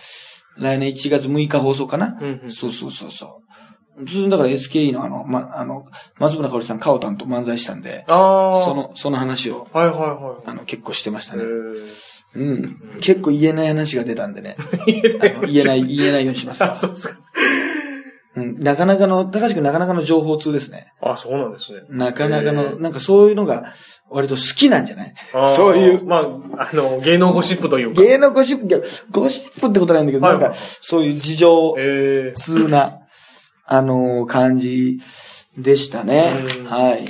Speaker 1: 来
Speaker 2: い。
Speaker 1: 年1月6日放送かな。
Speaker 2: うんうん
Speaker 1: そうそうそうそう。ずっとだから SKE のあの、ま、あの、松村香織さん、カオタンと漫才したんで、
Speaker 2: ああ。
Speaker 1: その、その話を、
Speaker 2: はいはいはい。
Speaker 1: あの、結構してました
Speaker 2: え
Speaker 1: ね。
Speaker 2: ー
Speaker 1: うん。結構言えない話が出たんでね。あの言えない、言えないようにします。
Speaker 2: あ、そうですか。
Speaker 1: うん。なかなかの、高橋君なかなかの情報通ですね。
Speaker 2: あ、そうなんですね。
Speaker 1: なかなか
Speaker 2: え
Speaker 1: の、
Speaker 2: ー
Speaker 1: なんかそういうのが、割と好きなんじゃない
Speaker 2: あー
Speaker 1: そういう
Speaker 2: まあ、あの、芸能ゴシップというか。
Speaker 1: 芸能ゴシップ、いやゴシップってことないんだけど、
Speaker 2: はい
Speaker 1: なんか、そういう事情、
Speaker 2: ええ
Speaker 1: 普通な、あのー感じでしたね
Speaker 2: うん。
Speaker 1: はい。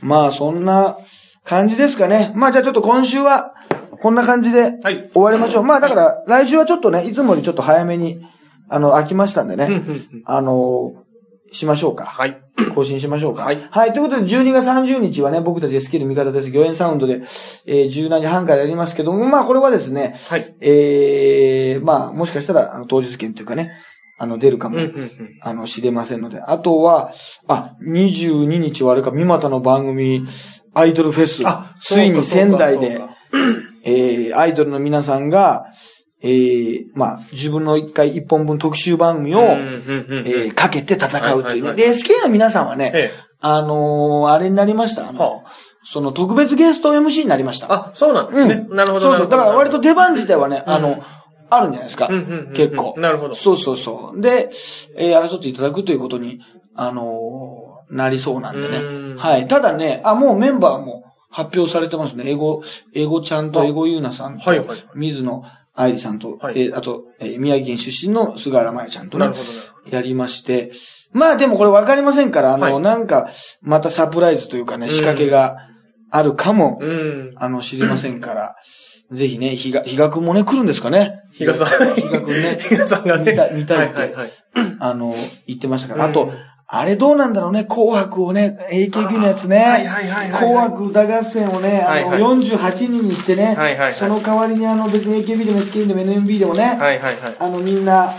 Speaker 1: まあ、そんな感じですかね。まあ、じゃあちょっと今週は、こんな感じで
Speaker 2: はい
Speaker 1: 終わりましょう。まあ、だから、来週はちょっとね、いつもよりちょっと早めに、あの、飽きましたんでね。
Speaker 2: うんうんうん
Speaker 1: あのーしましょうか。
Speaker 2: はい。
Speaker 1: 更新しましょうか。
Speaker 2: はい
Speaker 1: はい。ということで、12月30日はね、僕たち SK の味方です。御苑サウンドで、えー17時半からやりますけども、まあ、これはですね、
Speaker 2: はい。
Speaker 1: えー、まあ、もしかしたら、あの当日券というかね、あの、出るか
Speaker 2: うん
Speaker 1: も、
Speaker 2: うんうん。
Speaker 1: あの、知れませんので。あとは、あ、22日はあれか、三股の番組、アイドルフェス。ついに仙台で
Speaker 2: そうかそうかそう、か
Speaker 1: えー、アイドルの皆さんが、えー、まあ、自分の一回一本分特集番組を、えー、かけて戦うというね。
Speaker 2: はいはいはい
Speaker 1: で、SK の皆さんはね、
Speaker 2: ええ
Speaker 1: あのーあれになりました。あの
Speaker 2: は
Speaker 1: その特別ゲスト MC になりました。
Speaker 2: あ、あそうなんですね。なるほど。
Speaker 1: そうそう。だから割と
Speaker 2: 出
Speaker 1: 出番自体はね、
Speaker 2: うん
Speaker 1: あの、あるんじゃないですか。
Speaker 2: うんうんうんうん
Speaker 1: 結構。
Speaker 2: なるほど
Speaker 1: そうそうそう。で、えー、争っていただくということに、あのーなりそうなんで
Speaker 2: う
Speaker 1: ね
Speaker 2: ん。
Speaker 1: はい。ただね、あ、もうメンバーも発表されてますね。英語、英語ちゃんと
Speaker 2: あ
Speaker 1: 英語ゆうなさんと、
Speaker 2: はいはいはい
Speaker 1: 水野愛理さんと、
Speaker 2: はい
Speaker 1: えーあと、えー宮城県出身の菅原舞ちゃんとね
Speaker 2: なる。ほどなるほど。
Speaker 1: やりまして。まあでもこれわかりませんから、あの、
Speaker 2: はい
Speaker 1: なんか、またサプライズというかね、
Speaker 2: うん
Speaker 1: 仕掛けがあるかも、
Speaker 2: うん。
Speaker 1: あの、知りませんから、ぜひね、比嘉、比嘉くんもね、来るんですかね。
Speaker 2: 比嘉さん
Speaker 1: 比嘉くんね、
Speaker 2: ヒガさんがね。
Speaker 1: 見た見たいって
Speaker 2: はいはいはい。
Speaker 1: あの、言ってましたから。
Speaker 2: うん
Speaker 1: あと、あれどうなんだろうね、紅白をね、AKB のやつ
Speaker 2: はい
Speaker 1: ね。
Speaker 2: はいはいはい。
Speaker 1: 紅白歌合戦をね、あの、
Speaker 2: はいは
Speaker 1: 48人にしてね、
Speaker 2: はいはいはい
Speaker 1: その代わりにあの、別に AKB でも SKB でも NMB でもね、
Speaker 2: はいはいはい。
Speaker 1: あの、みんな、あ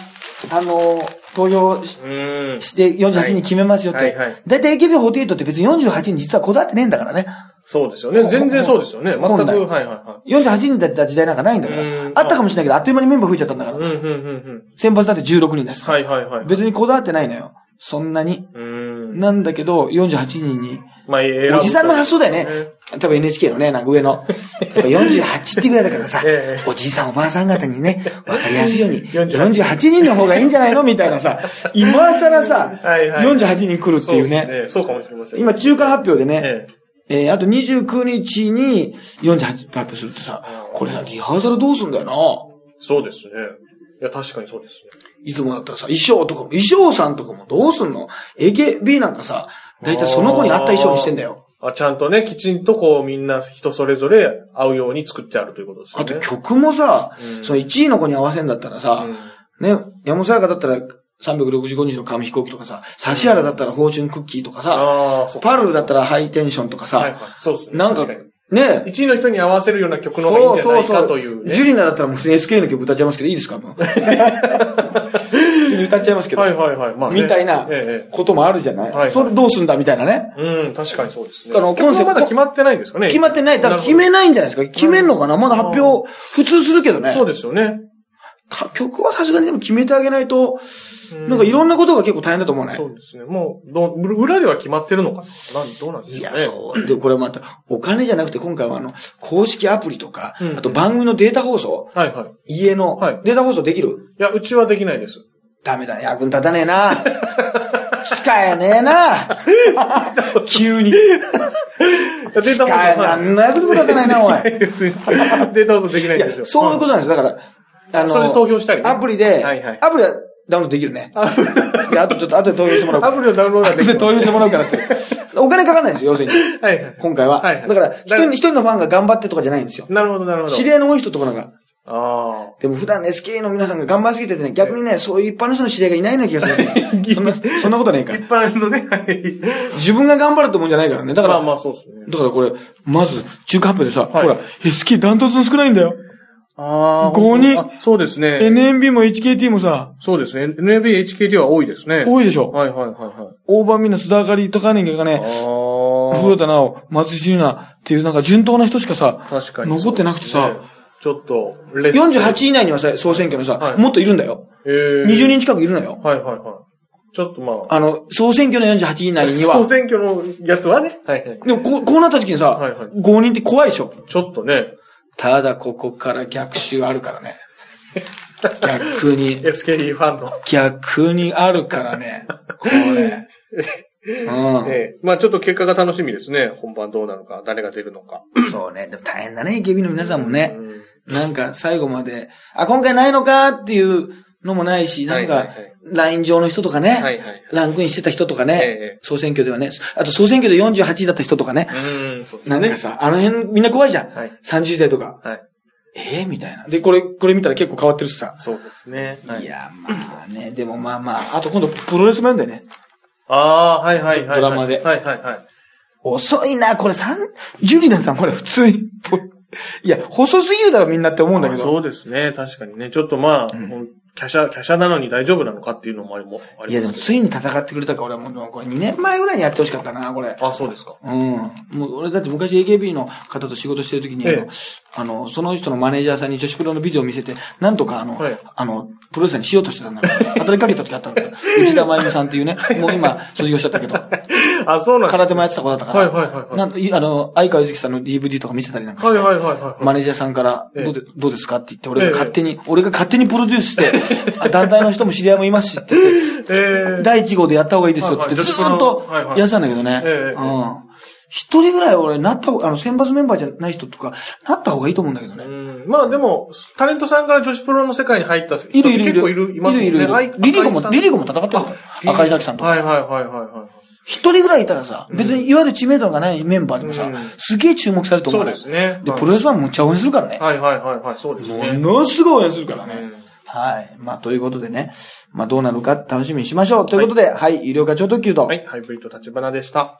Speaker 1: の、投票し
Speaker 2: うん。
Speaker 1: して48人決めますよって。
Speaker 2: はいはい
Speaker 1: だいたい AKB48 って別に48人実はこだわってねえんだからね。
Speaker 2: そうですよね。全然そうですよね。全く。
Speaker 1: 本
Speaker 2: はい
Speaker 1: 来
Speaker 2: はいは
Speaker 1: 48人だった時代なんかないんだか
Speaker 2: う
Speaker 1: ら
Speaker 2: ん。
Speaker 1: あったかもしれないけど、あっという間にメンバー増えちゃったんだか
Speaker 2: い。う
Speaker 1: ら。
Speaker 2: んうんうんうん。
Speaker 1: 先発だって16人だしさ。
Speaker 2: はいはいはい。
Speaker 1: 別にこだわってないのよ。そんなに。
Speaker 2: うん。
Speaker 1: なんだけど、48人に。
Speaker 2: まあ、選ぶ、
Speaker 1: おじさんの発想だよね。多分 NHK のね、なんか上の。やっぱ48ってぐらいだからさ
Speaker 2: ええ
Speaker 1: おじいさんおばあさん方にね、わかりやすいように、
Speaker 2: 48
Speaker 1: 48人の方がいいんじゃないのみたいなさ、今更さ、
Speaker 2: はいはい
Speaker 1: 48人来るっていう
Speaker 2: そ
Speaker 1: ね。
Speaker 2: ですそうかもしれません。
Speaker 1: 今、中間発表でね、
Speaker 2: ええ、
Speaker 1: えー、あと29日に48発表するってさ、これさ、リハーサルどうすんだよな。
Speaker 2: そうですね。いや、確かにそうですね。
Speaker 1: いつもだったらさ、衣装とかも、衣装さんとかもどうすんの ?AKB なんかさ、だいたいその子に合った衣装にしてんだよ。
Speaker 2: あ、ちゃんとね、きちんとこう、みんな人それぞれ合うように作ってあるということですよ
Speaker 1: あ
Speaker 2: ね。
Speaker 1: と曲もさ、
Speaker 2: うん
Speaker 1: その1位の子に合わせんだったらさ、
Speaker 2: うん
Speaker 1: ね、山本さやかだったら365日の紙飛行機とかさ、指原だったらフォーチュンクッキーとかさ、
Speaker 2: ああ、そう
Speaker 1: パルルだ
Speaker 2: っ
Speaker 1: ったらハイテンションとかさ、
Speaker 2: はいはい。そうですね。
Speaker 1: なんか
Speaker 2: 確に、
Speaker 1: ね、
Speaker 2: 一位の人に合わせるような曲の方がいいんじゃないかというね。
Speaker 1: ジュリナだったらもう普通に SK の曲歌っちゃいますけど、いいですか もう普通に歌っちゃいますけど。
Speaker 2: はいはいはい。まあね
Speaker 1: みたいな
Speaker 2: え
Speaker 1: こともあるじゃない、
Speaker 2: はいはい
Speaker 1: それどうすんだみたいなね。
Speaker 2: え。うん、確かにそうですね。
Speaker 1: あのコンセプト
Speaker 2: 曲はまだ決まってないんですかね
Speaker 1: 決まってない。だから決め
Speaker 2: な
Speaker 1: ないんじゃないですか。決めんのかなまだ発表、普通するけど
Speaker 2: る
Speaker 1: ね
Speaker 2: ほど。そうですよね。
Speaker 1: か曲はさすがにでも決めてあげないと、なんかいろ
Speaker 2: ん
Speaker 1: んなことが結構大変だと思うね。
Speaker 2: そうですね。もう、どう裏では決まってるのかななんどうなんで
Speaker 1: い
Speaker 2: しょ
Speaker 1: や
Speaker 2: うね。、
Speaker 1: で、これまた、お金じゃなくて今回はあの、公式アプリとか、
Speaker 2: うん
Speaker 1: あと番組のデータ放送、
Speaker 2: はいはい。
Speaker 1: 家の、
Speaker 2: はい
Speaker 1: データ放送できる
Speaker 2: いや、うちはできないです。
Speaker 1: ダメだね、役に立たねえ な。使えねえな。急に。
Speaker 2: データ
Speaker 1: 使え、 何の役にも立たないな、おい。
Speaker 2: ですよ。データ放送できないんですよ。
Speaker 1: そういうこと
Speaker 2: と。
Speaker 1: なんです。だから、あ
Speaker 2: それで投票したりね
Speaker 1: アプリで、
Speaker 2: はいはい
Speaker 1: アプリはダウンロードできるね。であとちょっと後で投票してもらおうか
Speaker 2: ア
Speaker 1: ら。
Speaker 2: プリをダウンロードはでき
Speaker 1: で
Speaker 2: る。
Speaker 1: 投票してもらおうからって。 お金かかんないんですよ、要するに。
Speaker 2: はいはい。
Speaker 1: 今回は。
Speaker 2: はいはい
Speaker 1: だから、一人、一人のファンが頑張ってとかじゃないんですよ。
Speaker 2: なるほど、なるほど。
Speaker 1: 知り合いの多い人とかなんか。
Speaker 2: あ
Speaker 1: でも普段ね SKE の皆さんが頑張りすぎててね、逆にね、そういう一般の人の知り合いがい ないような気がする。そんな、そんなことねえ
Speaker 2: あ。
Speaker 1: か
Speaker 2: 一。般のね、はい。
Speaker 1: 自分が頑張るってもんじゃないからね。だか
Speaker 2: ま
Speaker 1: ら、
Speaker 2: あまあ、そうですね。
Speaker 1: だからこれ、まず、中華発表でさ、
Speaker 2: はい
Speaker 1: ほら、SKE ダントツに少ないんだよ。
Speaker 2: あ
Speaker 1: 五人
Speaker 2: あそうですね。
Speaker 1: NMB も HKT もさ、
Speaker 2: そうですね。NAB、HKT は多いですね。
Speaker 1: 多いでしょ。
Speaker 2: はいはいはいはい。
Speaker 1: 大場みんな須田あかり、高根が
Speaker 2: あ
Speaker 1: ね、古
Speaker 2: ー
Speaker 1: 田奈央、松井純奈っていうなんか順当な人しかさ、
Speaker 2: 確かに。
Speaker 1: 残ってなくてさ、
Speaker 2: ちょっと、レッスン。
Speaker 1: 48位以内にはさ、総選挙のさ、
Speaker 2: はい
Speaker 1: もっといるんだよ。
Speaker 2: えー
Speaker 1: 20人近くいるのよ。
Speaker 2: はいはいはい。ちょっとまあ。
Speaker 1: あの、総選挙の48位以内に
Speaker 2: 総
Speaker 1: は。
Speaker 2: 選挙のやつはね。はいはい。
Speaker 1: でもこう、こうなった時にさ、
Speaker 2: はいはい
Speaker 1: 5人って怖いでしょ。
Speaker 2: ちょっとね、
Speaker 1: ただここから逆襲あるから ね。逆に、
Speaker 2: SKE ファンの。
Speaker 1: 逆にあるからね。こ れ。う
Speaker 2: ええまあちょっと結果が楽しみですね。本番どうなのか、誰が出るのか。
Speaker 1: ん。そうね。でも大変だね、ゲビの皆さんもね
Speaker 2: う。ん
Speaker 1: なんか最後まで、あ、今回ないのかっていうのもないし、なん
Speaker 2: はい
Speaker 1: か
Speaker 2: はいはい、
Speaker 1: ライン上の人とか
Speaker 2: は
Speaker 1: ね、
Speaker 2: いはい。
Speaker 1: ランクインしてた人とか
Speaker 2: え
Speaker 1: ね
Speaker 2: え、
Speaker 1: 総選挙ではね、あと総選挙で48位だった人とかね、
Speaker 2: うん、そうです
Speaker 1: な
Speaker 2: ね。
Speaker 1: んかさ、あの辺みんな怖いじゃん。
Speaker 2: はい。
Speaker 1: 30代とか。
Speaker 2: はい。
Speaker 1: ええみたいな。で、これ、これ見たら結構変わってるしさ。
Speaker 2: そうですね。はい
Speaker 1: いや、まあね、でもまあまあ、あと今度プロレスもやんだよね。
Speaker 2: ああー、はいはいはいはい。
Speaker 1: ドラマで
Speaker 2: はいはいはい。
Speaker 1: 遅いな、これ三、ジュリナさんこれ普通に、ぽいや、細すぎるだろみんなって思うんだけ
Speaker 2: まあ
Speaker 1: ど。
Speaker 2: そうですね。確かにね。ちょっとま
Speaker 1: う
Speaker 2: あ、
Speaker 1: ん
Speaker 2: ほん華奢、華奢なのに大丈夫なのかっていうのもありもあ
Speaker 1: い
Speaker 2: り
Speaker 1: や、です
Speaker 2: ま
Speaker 1: も
Speaker 2: けど。
Speaker 1: ついに戦ってくれたから、俺はもう、これ2年前ぐらいにやってほしかったな、これ。
Speaker 2: あ、そうですか。
Speaker 1: うん。もう、俺だって昔 AKB の方と仕事してる時に、あの
Speaker 2: ええ
Speaker 1: あの、その人のマネージャーさんに女子プロのビデオを見せて、なんとかあの、
Speaker 2: はい
Speaker 1: あの、プロレスラーにしようとしてたんだけど、働きかけた時あったんだけど、内田真由美さんっていうね、もう今卒業しちゃ ったけど、
Speaker 2: あ、そうなんです
Speaker 1: 空手もやってた子だったから、
Speaker 2: はいはいはいはい
Speaker 1: なんいあの、相川ゆずきさんの DVD とか見せたりなんかし
Speaker 2: はい
Speaker 1: て、
Speaker 2: はいはいはい。
Speaker 1: マネージャーさんから、
Speaker 2: ええ
Speaker 1: どうで、どうですかって言って、俺が
Speaker 2: ええ
Speaker 1: 勝手に、俺が勝手にプロデュース して、あ団体の人も知り合いもいますしって言って、
Speaker 2: えー、
Speaker 1: 第1号でやった方がいいですよって言って、ず
Speaker 2: はいはい
Speaker 1: ーっと
Speaker 2: はいはい
Speaker 1: やってたんだけどね。
Speaker 2: ええええ
Speaker 1: うん。一人ぐらい俺、なった方、あの、選抜メンバーじゃない人とか、なった方がいいと思うんだけど
Speaker 2: う
Speaker 1: ね。
Speaker 2: ん、まあでも、タレントさんから女子プロの世界に入った人
Speaker 1: いるいるいる。
Speaker 2: 結構いる、いますもんね。
Speaker 1: いるい
Speaker 2: あ
Speaker 1: るい
Speaker 2: い
Speaker 1: る。リリコ
Speaker 2: 赤井さ
Speaker 1: も、
Speaker 2: ん
Speaker 1: リリコも戦ってるから。赤井崎さんとか。
Speaker 2: はいはいはいはいはい。
Speaker 1: 一人ぐらいいたらさ、別にいわゆる知名度がないメンバーでもさ
Speaker 2: うん、
Speaker 1: すげえ注目されると思
Speaker 2: そうう
Speaker 1: のよ。
Speaker 2: ですね。
Speaker 1: で、
Speaker 2: はい
Speaker 1: プロレスファンむっちゃ応援するからね。
Speaker 2: はいはいはいはい、そうですね。
Speaker 1: ものすごい応援するから
Speaker 2: う
Speaker 1: ね。
Speaker 2: ん
Speaker 1: はい。まあ、ということでね。まあ、どうなるか楽しみにしましょう。ということで、はい、医療課長特急と。
Speaker 2: はい、ハイブリッド立花でした。